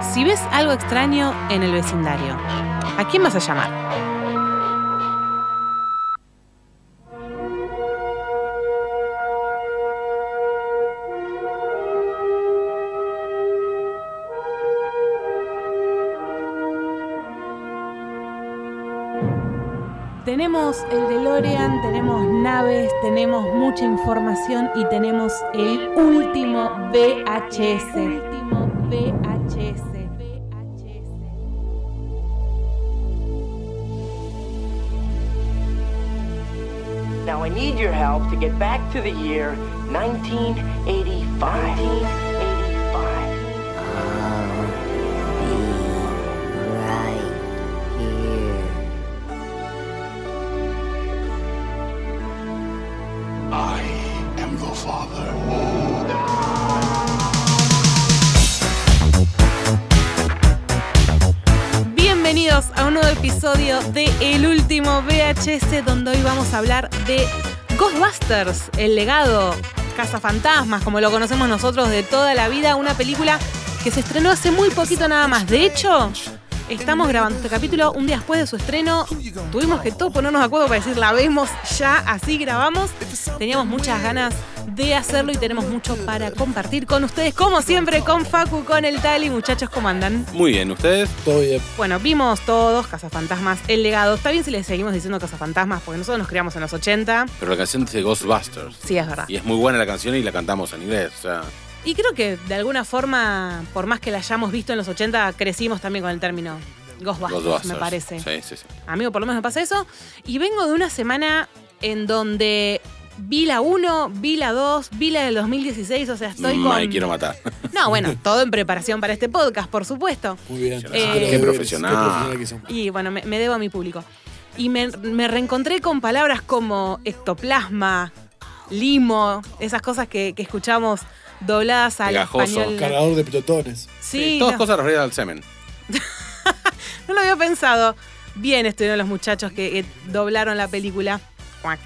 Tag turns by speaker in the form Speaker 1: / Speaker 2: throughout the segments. Speaker 1: Si ves algo extraño en el vecindario, ¿a quién vas a llamar? Tenemos el DeLorean, tenemos naves, tenemos mucha información y tenemos el último VHS. último VHS.
Speaker 2: Now I need your help to get back to the year 1985. 1985.
Speaker 3: I am the father.
Speaker 1: Bienvenidos a un nuevo episodio de El Último VHS, donde hoy vamos a hablar de Ghostbusters, el legado, Cazafantasmas, como lo conocemos nosotros de toda la vida, una película que se estrenó hace muy poquito nada más. De hecho, estamos grabando este capítulo un día después de su estreno. Tuvimos que todos ponernos de acuerdo para decir, la vemos ya, así grabamos. Teníamos muchas ganas de hacerlo y tenemos mucho para compartir con ustedes, como siempre, con Facu, con el Tali. Muchachos, ¿cómo andan?
Speaker 4: Muy bien, ¿ustedes?
Speaker 5: Todo bien.
Speaker 1: Bueno, vimos todos Cazafantasmas, El Legado. Está bien si les seguimos diciendo Cazafantasmas, porque nosotros nos criamos en los 80.
Speaker 4: Pero la canción dice Ghostbusters.
Speaker 1: Sí, es verdad.
Speaker 4: Y es muy buena la canción y la cantamos en inglés. O sea,
Speaker 1: Y creo que de alguna forma, por más que la hayamos visto en los 80, crecimos también con el término Ghostbusters,
Speaker 4: Ghostbusters.
Speaker 1: me parece.
Speaker 4: Sí, sí, sí.
Speaker 1: A mí por lo menos me pasa eso. Y vengo de una semana en donde vi la 1, vi la 2, vi la del 2016, o sea, estoy
Speaker 4: Mm,
Speaker 1: con...
Speaker 4: Me quiero matar.
Speaker 1: No, bueno, todo en preparación para este podcast, por supuesto.
Speaker 5: Muy bien.
Speaker 4: Qué
Speaker 5: Qué
Speaker 4: profesional.
Speaker 5: que son.
Speaker 1: Y bueno, me, me debo a mi público. Y me, me reencontré con palabras como ectoplasma, limo, esas cosas que, que escuchamos dobladas al
Speaker 4: Pegajoso.
Speaker 1: español.
Speaker 5: Cargador de pilotones.
Speaker 1: Sí,
Speaker 4: Todas
Speaker 1: no,
Speaker 4: cosas referidas al semen.
Speaker 1: no lo había pensado. Bien estuvieron los muchachos que, que doblaron la película. Cuac.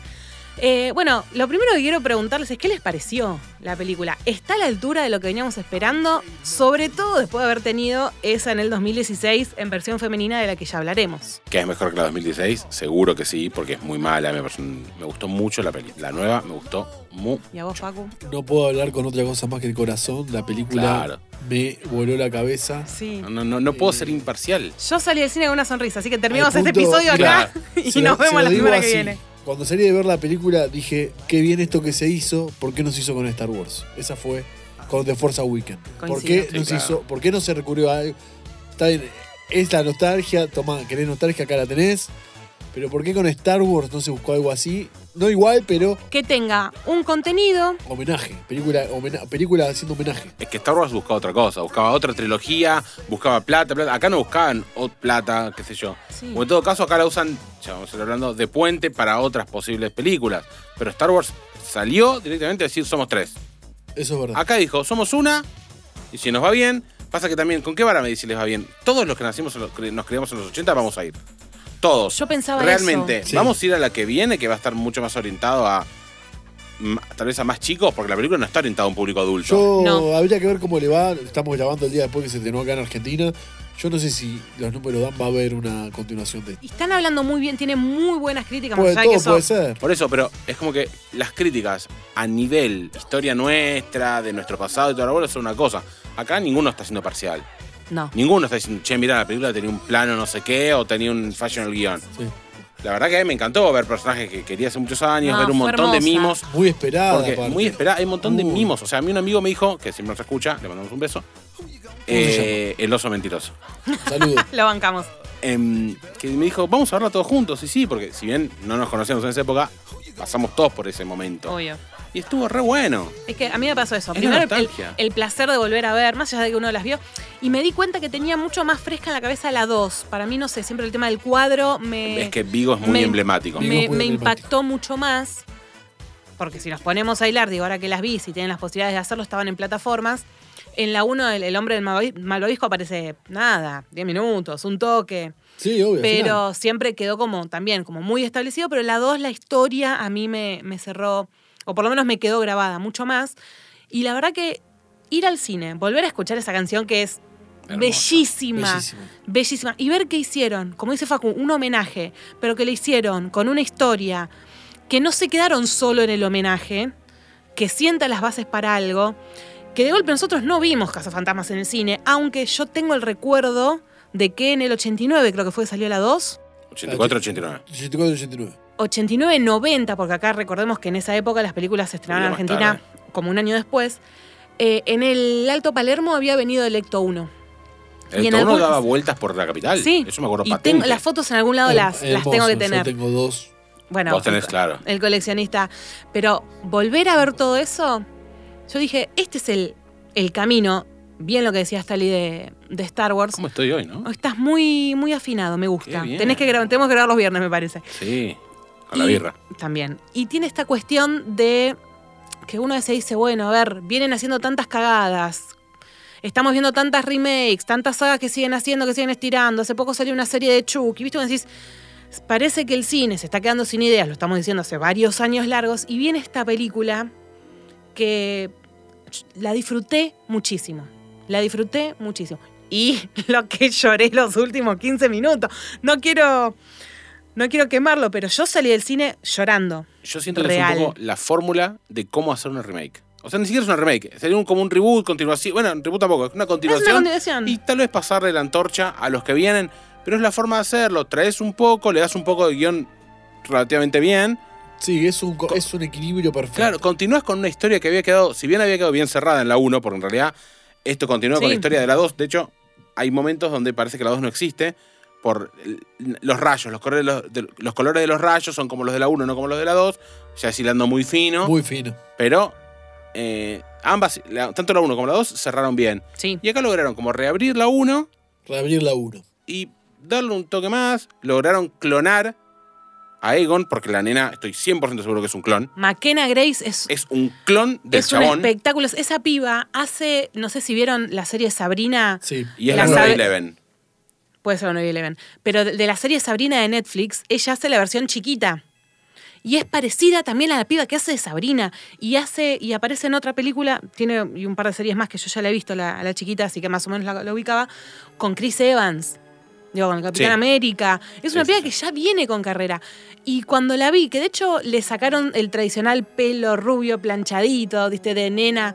Speaker 1: Eh, bueno, lo primero que quiero preguntarles es qué les pareció la película. ¿Está a la altura de lo que veníamos esperando? Sobre todo después de haber tenido esa en el 2016 en versión femenina de la que ya hablaremos.
Speaker 4: Que es mejor que la 2016, seguro que sí, porque es muy mala. Me, pareció un- me gustó mucho la peli. La nueva me gustó mucho.
Speaker 1: ¿Y a vos, Facu?
Speaker 5: No puedo hablar con otra cosa más que el corazón. La película
Speaker 4: Claro.
Speaker 5: me voló la cabeza.
Speaker 1: Sí.
Speaker 4: No, no, no, no puedo ser imparcial.
Speaker 1: Yo salí del cine con una sonrisa, así que terminamos
Speaker 5: Al
Speaker 1: este
Speaker 5: punto-
Speaker 1: episodio acá
Speaker 4: Claro.
Speaker 1: y
Speaker 5: Se lo-
Speaker 1: nos
Speaker 5: se
Speaker 1: vemos
Speaker 5: lo
Speaker 1: la
Speaker 5: digo
Speaker 1: semana que
Speaker 5: así.
Speaker 1: viene.
Speaker 5: Cuando salí de ver la película dije, qué bien esto que se hizo, ¿por qué no se hizo con Star Wars? Esa fue con The Force Awakens. ¿Por
Speaker 1: Coincido.
Speaker 5: qué,
Speaker 4: Sí,
Speaker 5: no se
Speaker 4: claro.
Speaker 5: hizo, ¿Por qué no se recurrió a algo? Está bien, es la nostalgia, toma, querés nostalgia, acá la tenés. Pero ¿por qué con Star Wars no se buscó algo así? No igual, pero
Speaker 1: Que tenga un contenido.
Speaker 5: homenaje. Película, homena- película haciendo homenaje.
Speaker 4: Es que Star Wars buscaba otra cosa. Buscaba otra trilogía, buscaba plata, plata. Acá no buscaban o- plata, qué sé yo.
Speaker 1: Sí.
Speaker 4: O en todo caso, acá la usan, ya vamos a estar hablando, de puente para otras posibles películas. Pero Star Wars salió directamente a decir somos tres.
Speaker 5: Eso es verdad.
Speaker 4: Acá dijo, somos una, y si nos va bien, pasa que también, ¿con qué vara me dice si les va bien? Todos los que nacimos, en los- que nos criamos en los 80, vamos a ir. Todos.
Speaker 1: Yo pensaba
Speaker 4: Realmente,
Speaker 1: eso.
Speaker 5: Sí.
Speaker 4: vamos a ir a la que viene, que va a estar mucho más orientado a. mm, Tal vez a más chicos, porque la película no está orientada a un público adulto.
Speaker 5: Yo
Speaker 1: No.
Speaker 5: habría que ver cómo le va. Estamos grabando el día después que se estrenó acá en Argentina. Yo no sé si los números dan, va a haber una continuación de esto.
Speaker 1: Y están hablando muy bien, tienen muy buenas críticas.
Speaker 5: Puede,
Speaker 1: más allá de que
Speaker 5: todo
Speaker 1: eso-
Speaker 5: puede ser.
Speaker 4: Por eso, pero es como que las críticas a nivel historia nuestra, de nuestro pasado y todo lo bueno son una cosa. Acá ninguno está siendo parcial.
Speaker 1: No.
Speaker 4: Ninguno está diciendo, che, mira, la película tenía un plano no sé qué o tenía un fallo en el guión.
Speaker 5: Sí.
Speaker 4: La verdad que a mí me encantó ver personajes que quería hace muchos años,
Speaker 1: No,
Speaker 4: ver un
Speaker 1: fue
Speaker 4: montón de
Speaker 1: hermosa.
Speaker 4: mimos.
Speaker 5: Muy esperada.
Speaker 4: Porque
Speaker 5: aparte.
Speaker 4: muy esperada, hay un montón de
Speaker 5: Uy.
Speaker 4: mimos. O sea, a mí un amigo me dijo, que siempre nos escucha, le mandamos un beso, eh, el oso mentiroso.
Speaker 5: Saludos.
Speaker 1: Lo bancamos.
Speaker 4: Em, que me dijo, vamos a verla todos juntos. Y sí, porque si bien no nos conocemos en esa época, pasamos todos por ese momento.
Speaker 1: Obvio.
Speaker 4: Y estuvo re bueno.
Speaker 1: Es que a mí me pasó eso.
Speaker 4: Es la
Speaker 1: Primero el,
Speaker 4: nostalgia.
Speaker 1: el placer de volver a ver, más allá de que uno las vio. Y me di cuenta que tenía mucho más fresca en la cabeza la 2. Para mí, no sé, siempre el tema del cuadro me.
Speaker 4: es que Vigo es muy
Speaker 1: Eh, me-
Speaker 4: emblemático.
Speaker 5: Vigo
Speaker 1: me,
Speaker 5: es muy
Speaker 1: me
Speaker 5: emblemático.
Speaker 1: impactó mucho más. Porque si nos ponemos a hilar, digo, ahora que las vi, si tienen las posibilidades de hacerlo, estaban en plataformas. En la 1, el, el hombre del malvavi- malvavisco aparece nada, 10 minutos, un toque.
Speaker 5: Sí, obvio. al final.
Speaker 1: Pero siempre quedó como también, como muy establecido. Pero la 2, la historia a mí me, me cerró, o por lo menos me quedó grabada mucho más. Y la verdad que ir al cine, volver a escuchar esa canción que es
Speaker 4: Es Hermosa.
Speaker 1: Bellísima.
Speaker 5: Bellísima.
Speaker 1: Bellísima. Y ver qué hicieron, como dice Facu, un homenaje, pero que le hicieron con una historia, que no se quedaron solo en el homenaje, que sienta las bases para algo, que de golpe nosotros no vimos Cazafantasmas en el cine, aunque yo tengo el recuerdo de que en el 89 creo que fue que salió la 2,
Speaker 4: 84, 89.
Speaker 5: 84, 89.
Speaker 1: 89-90, porque acá recordemos que en esa época las películas se estrenaban en
Speaker 4: Más
Speaker 1: Argentina como un año después, eh, en el Alto Palermo había venido Electo 1.
Speaker 4: El
Speaker 1: Y en
Speaker 4: tono
Speaker 1: algunas-
Speaker 4: daba vueltas por la capital.
Speaker 1: Sí.
Speaker 4: Eso me acuerdo
Speaker 1: Y
Speaker 4: patente.
Speaker 1: tengo, las fotos en algún lado las, las
Speaker 5: Hermoso,
Speaker 1: tengo que
Speaker 5: yo
Speaker 1: tener.
Speaker 5: tengo dos.
Speaker 1: Bueno,
Speaker 4: Vos tenés claro.
Speaker 1: el coleccionista. Pero volver a ver todo eso, yo dije, este es el, el camino. Bien lo que decías, Tali, de, de Star Wars.
Speaker 4: ¿Cómo estoy hoy, no?
Speaker 1: Estás muy, muy afinado, me gusta.
Speaker 4: Qué bien.
Speaker 1: Tenés que gra- tenemos que grabar los viernes, me parece.
Speaker 4: Sí. Con la
Speaker 1: Y-
Speaker 4: birra.
Speaker 1: También. Y tiene esta cuestión de que uno se dice, bueno, a ver, vienen haciendo tantas cagadas. Estamos viendo tantas remakes, tantas sagas que siguen haciendo, que siguen estirando. Hace poco salió una serie de Chucky, ¿viste? Vos decís, parece que el cine se está quedando sin ideas, lo estamos diciendo hace varios años largos, y viene esta película que la disfruté muchísimo. La disfruté muchísimo. Y lo que lloré los últimos 15 minutos. No quiero. No quiero quemarlo, pero yo salí del cine llorando.
Speaker 4: Yo siento que es
Speaker 1: Real.
Speaker 4: un poco la fórmula de cómo hacer una remake. O sea, ni siquiera es una remake. Sería un, como un reboot, continuación. Bueno, un reboot tampoco, es una
Speaker 1: Es
Speaker 4: continuación.
Speaker 1: una continuación.
Speaker 4: Y tal vez pasarle la antorcha a los que vienen. Pero es la forma de hacerlo. Traes un poco, le das un poco de guión relativamente bien.
Speaker 5: Sí, es un, co- es un equilibrio perfecto.
Speaker 4: Claro, continúas con una historia que había quedado, si bien había quedado bien cerrada en la 1, porque en realidad esto continúa con
Speaker 1: Sí.
Speaker 4: la historia de la 2. De hecho, hay momentos donde parece que la 2 no existe por el- los rayos, los colores, los, de- los colores de los rayos son como los de la 1, no como los de la 2. Ya es hilando muy fino.
Speaker 5: Muy fino.
Speaker 4: Pero eh, ambas, la- tanto la 1 como la 2, cerraron bien.
Speaker 1: Sí.
Speaker 4: Y acá lograron como reabrir la 1
Speaker 5: Reabrir la 1.
Speaker 4: y darle un toque más. Lograron clonar a Egon, porque la nena, estoy 100% seguro que es un clon.
Speaker 1: Maquena Grace es,
Speaker 4: Es un clon del
Speaker 1: es un
Speaker 4: chabón.
Speaker 1: espectáculo. Esa piba hace. No sé si vieron la serie Sabrina.
Speaker 5: Sí.
Speaker 4: Y es
Speaker 1: La
Speaker 4: la
Speaker 1: sabe-
Speaker 4: 9-11.
Speaker 1: Puede ser un 9-11. Pero de, de la serie Sabrina de Netflix, ella hace la versión chiquita. Y es parecida también a la piba que hace de Sabrina. Y hace y aparece en otra película, tiene y un par de series más que yo ya la he visto, la, a la chiquita, así que más o menos la, la ubicaba, con Chris Evans. Digo, con el Capitán
Speaker 4: Sí.
Speaker 1: América. Es una
Speaker 4: Sí, sí,
Speaker 1: piba que ya viene con carrera. Y cuando la vi, que de hecho le sacaron el tradicional pelo rubio planchadito, viste, de nena.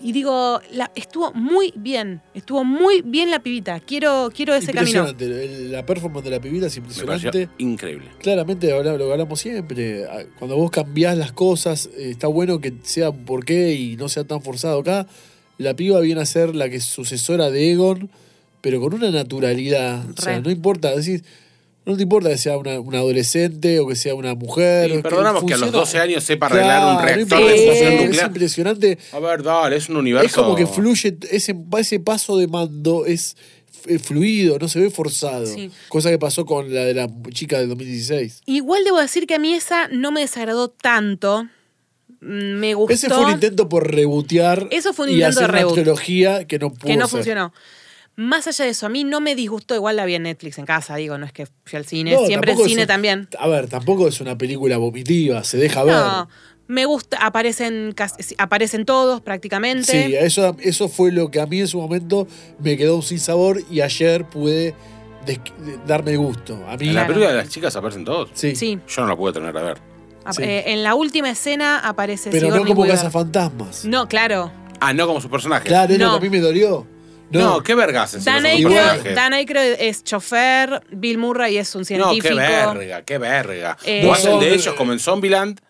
Speaker 1: Y digo, la, estuvo muy bien. Estuvo muy bien la pibita. Quiero, quiero ese camino.
Speaker 5: impresionante. El- La performance de la pibita es
Speaker 4: Me pareció
Speaker 5: impresionante.
Speaker 4: increíble.
Speaker 5: Claramente habla- lo que hablamos siempre. a- Cuando vos cambiás las cosas, eh, está bueno que sea un porqué y no sea tan forzado acá. La piba viene a ser la que es sucesora de Egon, pero con una naturalidad. O sea,
Speaker 1: Re.
Speaker 5: no importa, decís, no te importa que sea una, una adolescente o que sea una mujer.
Speaker 4: Y perdonamos que a los
Speaker 5: funciona-
Speaker 4: 12 años sepa arreglar
Speaker 5: Claro,
Speaker 4: un
Speaker 5: no
Speaker 4: reactor
Speaker 1: importa,
Speaker 4: de
Speaker 1: sí.
Speaker 4: fusión
Speaker 5: Es
Speaker 4: nuclear.
Speaker 5: impresionante.
Speaker 4: A ver, dale, es un universo.
Speaker 5: Es como que fluye, ese, ese paso de mando es eh, fluido, no se ve forzado.
Speaker 1: Sí.
Speaker 5: Cosa que pasó con la de la chica del 2016.
Speaker 1: Igual debo decir que a mí esa no me desagradó tanto. Mm, Me gustó.
Speaker 5: Ese fue un intento por rebotear
Speaker 1: Eso fue un
Speaker 5: y
Speaker 1: intento
Speaker 5: hacer
Speaker 1: de reboot.
Speaker 5: una trilogía que no pudo
Speaker 1: que no
Speaker 5: ser.
Speaker 1: funcionó. Más allá de eso, a mí no me disgustó. Igual la vi en Netflix en casa, digo, no es que fui al cine.
Speaker 5: No,
Speaker 1: Siempre en
Speaker 5: tampoco es
Speaker 1: cine
Speaker 5: un-
Speaker 1: también.
Speaker 5: A ver, tampoco es una película vomitiva, se deja
Speaker 1: No,
Speaker 5: ver.
Speaker 1: me gusta. Aparecen, casi- aparecen todos prácticamente.
Speaker 5: Sí, eso, eso fue lo que a mí en su momento me quedó sin sabor y ayer pude des- darme gusto. A mí,
Speaker 4: En la
Speaker 1: Claro.
Speaker 4: película de las chicas aparecen todos.
Speaker 5: sí.
Speaker 1: Sí.
Speaker 4: Yo no la pude tener a ver.
Speaker 1: A-
Speaker 5: Sí.
Speaker 1: eh, en la última escena aparece
Speaker 5: Pero no
Speaker 1: Sigourney
Speaker 5: como
Speaker 1: Weaver.
Speaker 5: cazafantasmas.
Speaker 1: No, claro.
Speaker 4: Ah, no como su personaje.
Speaker 5: Claro, es
Speaker 1: No.
Speaker 5: lo que a mí me dolió. No,
Speaker 4: No, qué vergas es.
Speaker 1: Dan
Speaker 4: no,
Speaker 5: Aykroyd-
Speaker 1: Aykroyd,
Speaker 5: personaje.
Speaker 1: Dan Aykroyd es chofer, Bill Murray es un
Speaker 4: no, qué
Speaker 1: científico.
Speaker 4: verga, qué verga.
Speaker 1: Eh,
Speaker 4: o hacen de
Speaker 5: No,
Speaker 4: ellos
Speaker 5: eh,
Speaker 4: como en Zombieland,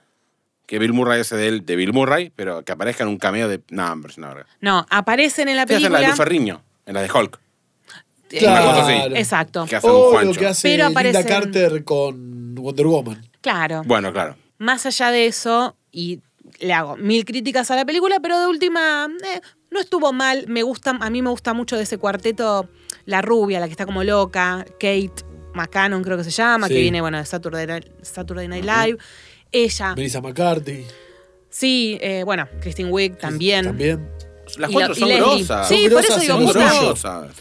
Speaker 4: que Bill Murray hace de él, de Bill Murray, pero que aparezca en un cameo de. No, hombre, es una verga.
Speaker 1: no, aparecen en la
Speaker 4: Te hacen la
Speaker 1: película.
Speaker 4: de Luz Ferriño, en la de Hulk.
Speaker 1: Eh,
Speaker 5: Claro.
Speaker 4: Una cosa así.
Speaker 1: Exacto.
Speaker 4: Que hace un
Speaker 5: o Oh, lo
Speaker 4: Juancho.
Speaker 5: que hace
Speaker 1: Pero
Speaker 5: Linda
Speaker 1: aparecen-
Speaker 5: Carter con Wonder Woman.
Speaker 1: Claro.
Speaker 4: Bueno, claro.
Speaker 1: Más allá de eso, y le hago mil críticas a la película, pero de última eh, no estuvo mal. Me gusta, a mí me gusta mucho de ese cuarteto la rubia, la que está como loca, Kate McCannon creo que se llama, que
Speaker 5: Sí.
Speaker 1: viene bueno de Saturday Night, Saturday Night Live. Ella,
Speaker 5: Melissa McCarthy.
Speaker 1: sí, eh, bueno, Christine Wiig también.
Speaker 5: También.
Speaker 4: Las
Speaker 1: Y
Speaker 4: cuatro
Speaker 1: la- y
Speaker 4: son
Speaker 1: Leslie.
Speaker 4: grosas.
Speaker 1: Sí,
Speaker 5: Son
Speaker 1: por eso
Speaker 5: grosas,
Speaker 1: digo,
Speaker 5: son
Speaker 1: gusta.
Speaker 5: grosas.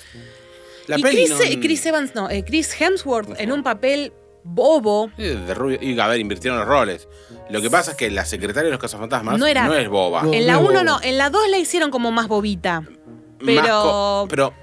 Speaker 4: La
Speaker 1: y
Speaker 4: peli
Speaker 1: Chris, E,
Speaker 4: no-
Speaker 1: Chris Evans, no, eh, Chris Hemsworth en un papel bobo.
Speaker 4: Sí, de rubio. Y a ver, invirtieron los roles. Lo que pasa es que la secretaria de los cazafantasmas
Speaker 1: No
Speaker 4: no,
Speaker 1: era- Eh,
Speaker 4: es boba.
Speaker 5: No,
Speaker 1: En la
Speaker 5: no es
Speaker 1: 1
Speaker 5: bobo.
Speaker 1: no, en la 2 la hicieron como más bobita.
Speaker 4: Más
Speaker 1: pero-
Speaker 4: co- pero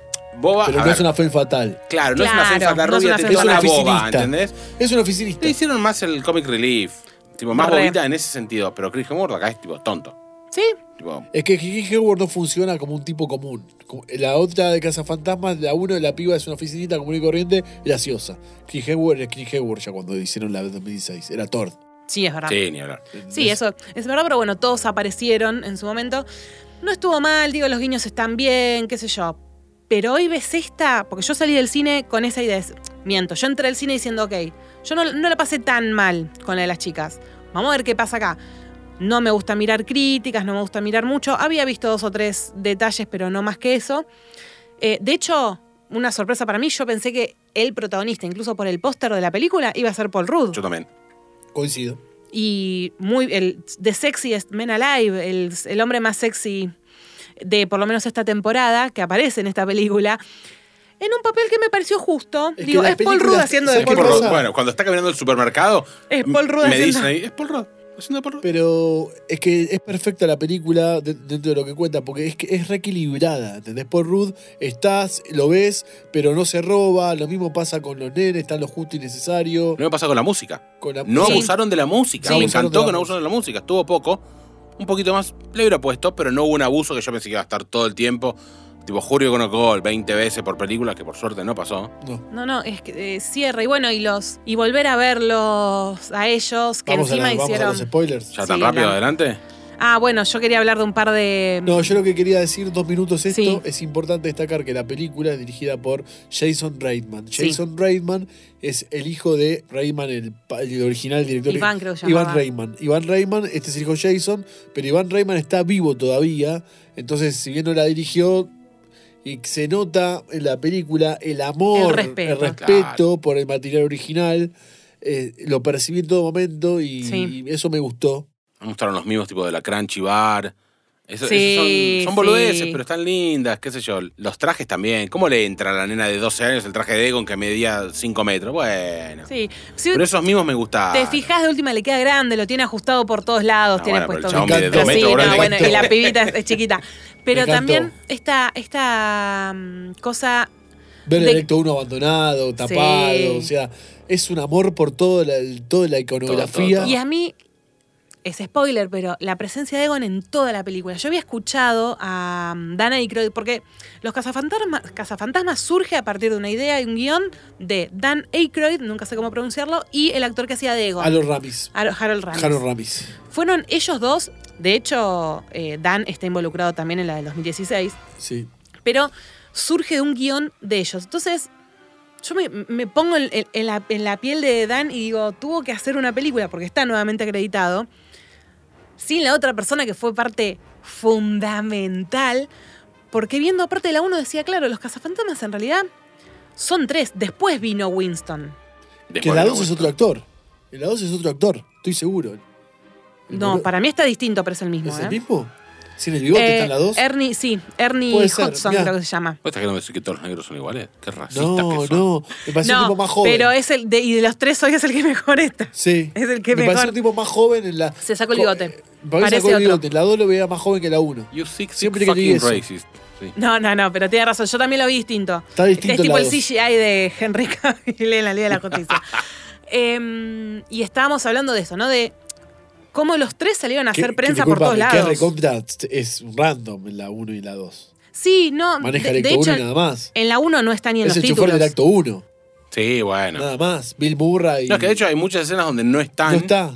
Speaker 4: Boba.
Speaker 5: Pero
Speaker 4: Ah, a
Speaker 5: no
Speaker 4: ver,
Speaker 5: es una fe fatal.
Speaker 4: Claro, no es una
Speaker 1: Claro,
Speaker 4: fenfa, la
Speaker 1: no es
Speaker 4: rubia
Speaker 1: una
Speaker 4: te
Speaker 1: fenfa.
Speaker 4: tira
Speaker 1: Es una
Speaker 4: una boba,
Speaker 5: oficinista.
Speaker 4: ¿entendés?
Speaker 5: Es un oficinista.
Speaker 4: Le hicieron más el comic relief. Tipo, más
Speaker 1: Re.
Speaker 4: bobita en ese sentido. Pero Chris Hemsworth acá es tipo tonto.
Speaker 1: Sí,
Speaker 4: Tipo,
Speaker 5: Es que Kiki Hayward no funciona como un tipo común. Como- La otra de Cazafantasmas, la uno la piba es una oficinita común y corriente, graciosa. Kiki Hayward es Kiki Hayward ya cuando hicieron la de 2016. Era Thor.
Speaker 1: sí, es verdad.
Speaker 4: sí, ni hablar.
Speaker 1: Sí, eso es verdad, pero bueno, todos aparecieron en su momento. No estuvo mal, digo, los guiños están bien, qué sé yo. Pero hoy ves esta, porque yo salí del cine con esa idea. es- Miento, yo entré al cine diciendo, ok, yo no, no la pasé tan mal con la de las chicas. Vamos a ver qué pasa acá. No me gusta mirar críticas, no me gusta mirar mucho. Había visto dos o tres detalles, pero no más que eso. Eh, de hecho, una sorpresa para mí, yo pensé que el protagonista, incluso por el póster de la película, iba a ser Paul Rudd
Speaker 4: Yo también.
Speaker 5: Coincido.
Speaker 1: y muy el The Sexiest Men Alive, el, el hombre más sexy de por lo menos esta temporada que aparece en esta película, en un papel que me pareció justo.
Speaker 5: que
Speaker 1: Digo,
Speaker 5: la
Speaker 1: es Paul
Speaker 5: película-
Speaker 1: Rudd haciendo de
Speaker 5: ¿sabes
Speaker 4: Es
Speaker 1: Paul
Speaker 4: que
Speaker 5: qué
Speaker 4: Paul
Speaker 1: Rudd.
Speaker 5: pasa?
Speaker 4: Rudd- bueno, cuando está caminando en el supermercado.
Speaker 1: Es Paul Rudd
Speaker 4: Me dicen
Speaker 1: haciendo-
Speaker 4: ahí, es Paul Rudd. Haciendo de Paul Rudd.
Speaker 5: Pero es que es perfecta la película de- dentro de lo que cuenta, porque es que es reequilibrada, ¿entendés? Por Ruth estás, lo ves, pero no se roba, lo mismo pasa con los nenes, están lo justo y necesario.
Speaker 4: No me pasa con la música.
Speaker 5: Con la-
Speaker 4: No
Speaker 1: Sí.
Speaker 4: abusaron de la música.
Speaker 5: Sí.
Speaker 4: Me
Speaker 5: Abusaron de
Speaker 4: encantó
Speaker 5: la
Speaker 4: que no
Speaker 5: música.
Speaker 4: abusaron de la música. Estuvo poco. Un poquito más le hubiera puesto, pero no hubo un abuso que yo pensé que iba a estar todo el tiempo. Tipo, Julio Conocol, 20 veces por película, que por suerte no pasó.
Speaker 5: No.
Speaker 1: No, no, es que eh, cierra. Y bueno, y los. Y volver a verlos a ellos, que
Speaker 5: Vamos, a, la-
Speaker 1: encima
Speaker 5: vamos a
Speaker 1: hicieron.
Speaker 5: los spoilers.
Speaker 4: Ya
Speaker 1: Sí,
Speaker 4: tan rápido,
Speaker 1: la-
Speaker 4: adelante.
Speaker 1: Ah, bueno, yo quería hablar de un par de.
Speaker 5: No, yo lo que quería decir, dos minutos esto,
Speaker 1: Eh, Sí.
Speaker 5: es importante destacar que la película es dirigida por Jason Reitman.
Speaker 1: Sí.
Speaker 5: Jason Reitman es el hijo de Reitman, el, pa- el original director.
Speaker 1: Iván, creo que
Speaker 5: Iván
Speaker 1: llamaba.
Speaker 5: Reitman. Iván Reitman, este es el hijo de Jason, pero Iván Reitman está vivo todavía, entonces si bien no la dirigió, y se nota en la película el amor,
Speaker 1: El respeto.
Speaker 5: respeto por el material original, eh, lo percibí en todo momento y,
Speaker 1: Sí.
Speaker 5: y eso me gustó.
Speaker 4: Me gustaron los mimos tipo de la Crunchy Bar. Eso-
Speaker 1: Sí,
Speaker 4: esos son, son
Speaker 1: sí.
Speaker 4: boludeces, pero están lindas, qué sé yo. Los trajes también. ¿Cómo le entra a la nena de 12 años el traje de Egon que medía 5 metros? Bueno.
Speaker 1: Sí. Si
Speaker 4: Pero esos mimos me gustaban.
Speaker 1: te fijas de última, le queda grande, lo tiene ajustado por todos lados,
Speaker 4: Ah,
Speaker 1: tiene
Speaker 4: bueno, pero el
Speaker 1: puesto
Speaker 4: chabón
Speaker 5: mide dos
Speaker 1: Pero sí,
Speaker 5: metros,
Speaker 1: no,
Speaker 5: grande.
Speaker 1: bueno,
Speaker 5: Me
Speaker 1: y la
Speaker 5: encantó.
Speaker 1: pibita es, es chiquita. Pero
Speaker 5: encantó.
Speaker 1: también esta, esta mm, cosa.
Speaker 5: Ver
Speaker 1: De-
Speaker 5: el Electro 1 abandonado, tapado,
Speaker 1: Sí.
Speaker 5: o sea, es un amor por toda la, toda la iconografía.
Speaker 4: Ah.
Speaker 1: Y a mí, es spoiler, pero la presencia de Egon en toda la película. Yo había escuchado a mm, Dana y creo porque los cazafantasmas, cazafantasmas surge a partir de una idea y un guión de Dan Aykroyd, nunca sé cómo pronunciarlo, y el actor que hacía de Egon.
Speaker 5: A los Ramis.
Speaker 1: Har- Harold Ramis.
Speaker 5: Harold Ramis.
Speaker 1: Fueron ellos dos, de hecho, eh, Dan está involucrado también en la del 2016.
Speaker 5: Sí.
Speaker 1: pero surge de un guión de ellos. Entonces, yo me, me pongo en, en- en la, en la piel de Dan y digo, tuvo que hacer una película porque está nuevamente acreditado, sin la otra persona que fue parte fundamental, porque viendo aparte de la 1 decía, claro, los cazafantasmas en realidad son tres, después vino Winston.
Speaker 4: Después
Speaker 5: Que en la
Speaker 4: me
Speaker 5: 2 es
Speaker 4: gusta.
Speaker 5: otro actor. En la 2 es otro actor, estoy seguro. El
Speaker 1: No,
Speaker 5: boludo-
Speaker 1: para mí está distinto, pero es el mismo.
Speaker 5: ¿Es
Speaker 1: ¿eh?
Speaker 5: el mismo? ¿Sin el bigote está
Speaker 1: Eh,
Speaker 5: en la 2?
Speaker 1: Ernie, sí, Ernie
Speaker 5: Puede ser,
Speaker 1: Hudson
Speaker 5: mirá.
Speaker 1: creo que se llama.
Speaker 4: ¿Vos estás queriendo decir que todos los negros son iguales? Qué racistas
Speaker 5: No,
Speaker 4: que son.
Speaker 5: no. Me pareció un tipo más joven.
Speaker 1: pero es el de, y de los tres hoy es el que mejor está.
Speaker 5: Sí.
Speaker 1: es el que
Speaker 5: me
Speaker 1: mejor-
Speaker 5: pareció un tipo más joven en la.
Speaker 1: Se sacó el bigote.
Speaker 5: Eh, para mí
Speaker 1: Parece
Speaker 5: se sacó el
Speaker 1: otro.
Speaker 5: bigote. En la 2 lo veía más joven que la 1.
Speaker 4: You sick, sick
Speaker 5: Siempre que
Speaker 4: fucking
Speaker 5: diga eso.
Speaker 4: racist. Sí.
Speaker 1: No, no, no, pero tiene razón. Yo también lo vi distinto.
Speaker 5: Está distinto
Speaker 1: Es tipo
Speaker 5: la
Speaker 1: el
Speaker 5: dos.
Speaker 1: CGI de Henry Cavill en la Liga de la Justicia. Em, y estábamos hablando de eso, ¿no? De cómo los tres salieron a
Speaker 5: Que-
Speaker 1: hacer
Speaker 5: que
Speaker 1: prensa por
Speaker 5: discúlpame,
Speaker 1: todos
Speaker 5: Que
Speaker 1: lados.
Speaker 5: recontra es random en la 1 y la 2.
Speaker 1: Sí, no.
Speaker 5: Maneja
Speaker 1: Ah, de,
Speaker 5: el
Speaker 1: de
Speaker 5: acto 1
Speaker 1: hecho,
Speaker 5: y nada más.
Speaker 1: en la 1 no está ni en los
Speaker 5: Es el chofer
Speaker 1: títulos.
Speaker 5: del acto 1.
Speaker 4: Sí, bueno.
Speaker 5: Nada más. Bill Murray.
Speaker 4: No, es que de hecho hay muchas escenas donde no están.
Speaker 5: No está.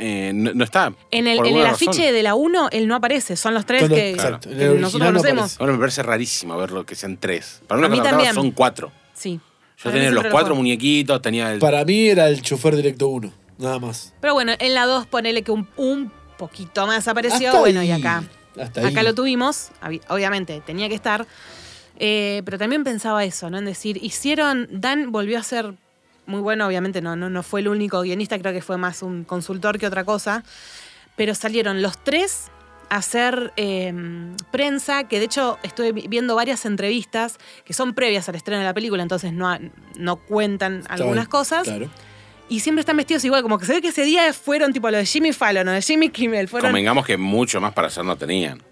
Speaker 4: eh, no, no está.
Speaker 1: en el,
Speaker 4: por
Speaker 1: en el
Speaker 4: alguna razón.
Speaker 1: afiche de la 1 él no aparece. Son los tres
Speaker 5: Son los-
Speaker 1: que,
Speaker 5: exacto,
Speaker 1: que
Speaker 5: en el original
Speaker 1: nosotros
Speaker 5: no
Speaker 1: conocemos.
Speaker 5: aparece.
Speaker 4: Ahora me parece rarísimo verlo que sean tres. Para
Speaker 1: A
Speaker 4: una
Speaker 1: mí
Speaker 4: cosa
Speaker 1: también.
Speaker 4: son cuatro.
Speaker 1: sí.
Speaker 4: Yo
Speaker 1: Para mí
Speaker 4: tenía los
Speaker 1: siempre
Speaker 4: cuatro
Speaker 1: fue.
Speaker 4: muñequitos, tenía el.
Speaker 5: Para mí era el chofer del acto 1. Nada más.
Speaker 1: Pero bueno, en la 2 ponele que un, un poquito más apareció.
Speaker 5: Hasta
Speaker 1: bueno, y
Speaker 5: ahí.
Speaker 1: acá.
Speaker 5: Hasta
Speaker 1: Acá
Speaker 5: ahí.
Speaker 1: lo tuvimos, habi- obviamente tenía que estar. eh, pero también pensaba eso, ¿no? En decir, hicieron. Dan volvió a ser muy bueno, obviamente no, no, no fue el único guionista, creo que fue más un consultor que otra cosa. Pero salieron los tres a hacer eh, prensa, que de hecho estuve vi- viendo varias entrevistas que son previas al estreno de la película, entonces no, ha- no cuentan
Speaker 5: Está
Speaker 1: algunas
Speaker 5: bien,
Speaker 1: cosas.
Speaker 5: Claro.
Speaker 1: Y siempre están vestidos igual, como que se ve que ese día fueron tipo los de Jimmy Fallon o de Jimmy Kimmel. Fueron.
Speaker 4: Convengamos que mucho más para hacer no tenían.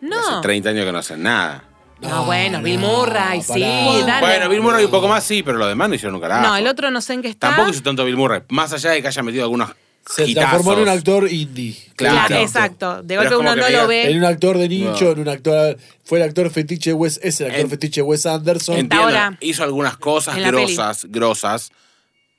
Speaker 1: no.
Speaker 4: Hace 30 años que no hacen nada. Ah,
Speaker 1: No,
Speaker 5: Ah,
Speaker 1: bueno, Bill
Speaker 5: no,
Speaker 1: Murray, sí,
Speaker 5: pará.
Speaker 1: dale.
Speaker 4: Bueno, Bill Murray un poco más sí, pero los demás no hicieron un carajo.
Speaker 1: No, el otro no sé en qué está.
Speaker 4: Tampoco hizo tanto Bill Murray. Más allá de que haya metido algunos
Speaker 5: Se
Speaker 4: hitazos.
Speaker 5: transformó en un actor indie.
Speaker 1: Claro,
Speaker 4: Claro.
Speaker 1: exacto. De
Speaker 4: Pero es
Speaker 1: golpe
Speaker 4: como
Speaker 1: uno
Speaker 4: que
Speaker 1: no
Speaker 4: veía-
Speaker 1: lo ve.
Speaker 5: En un actor de nicho,
Speaker 4: No.
Speaker 5: en un actor. Fue el actor fetiche Wes. Es el actor
Speaker 4: En-
Speaker 5: fetiche Wes Anderson.
Speaker 1: en-
Speaker 4: Entiendo,
Speaker 1: ahora.
Speaker 4: hizo algunas cosas
Speaker 1: En la peli.
Speaker 4: grosas, grosas,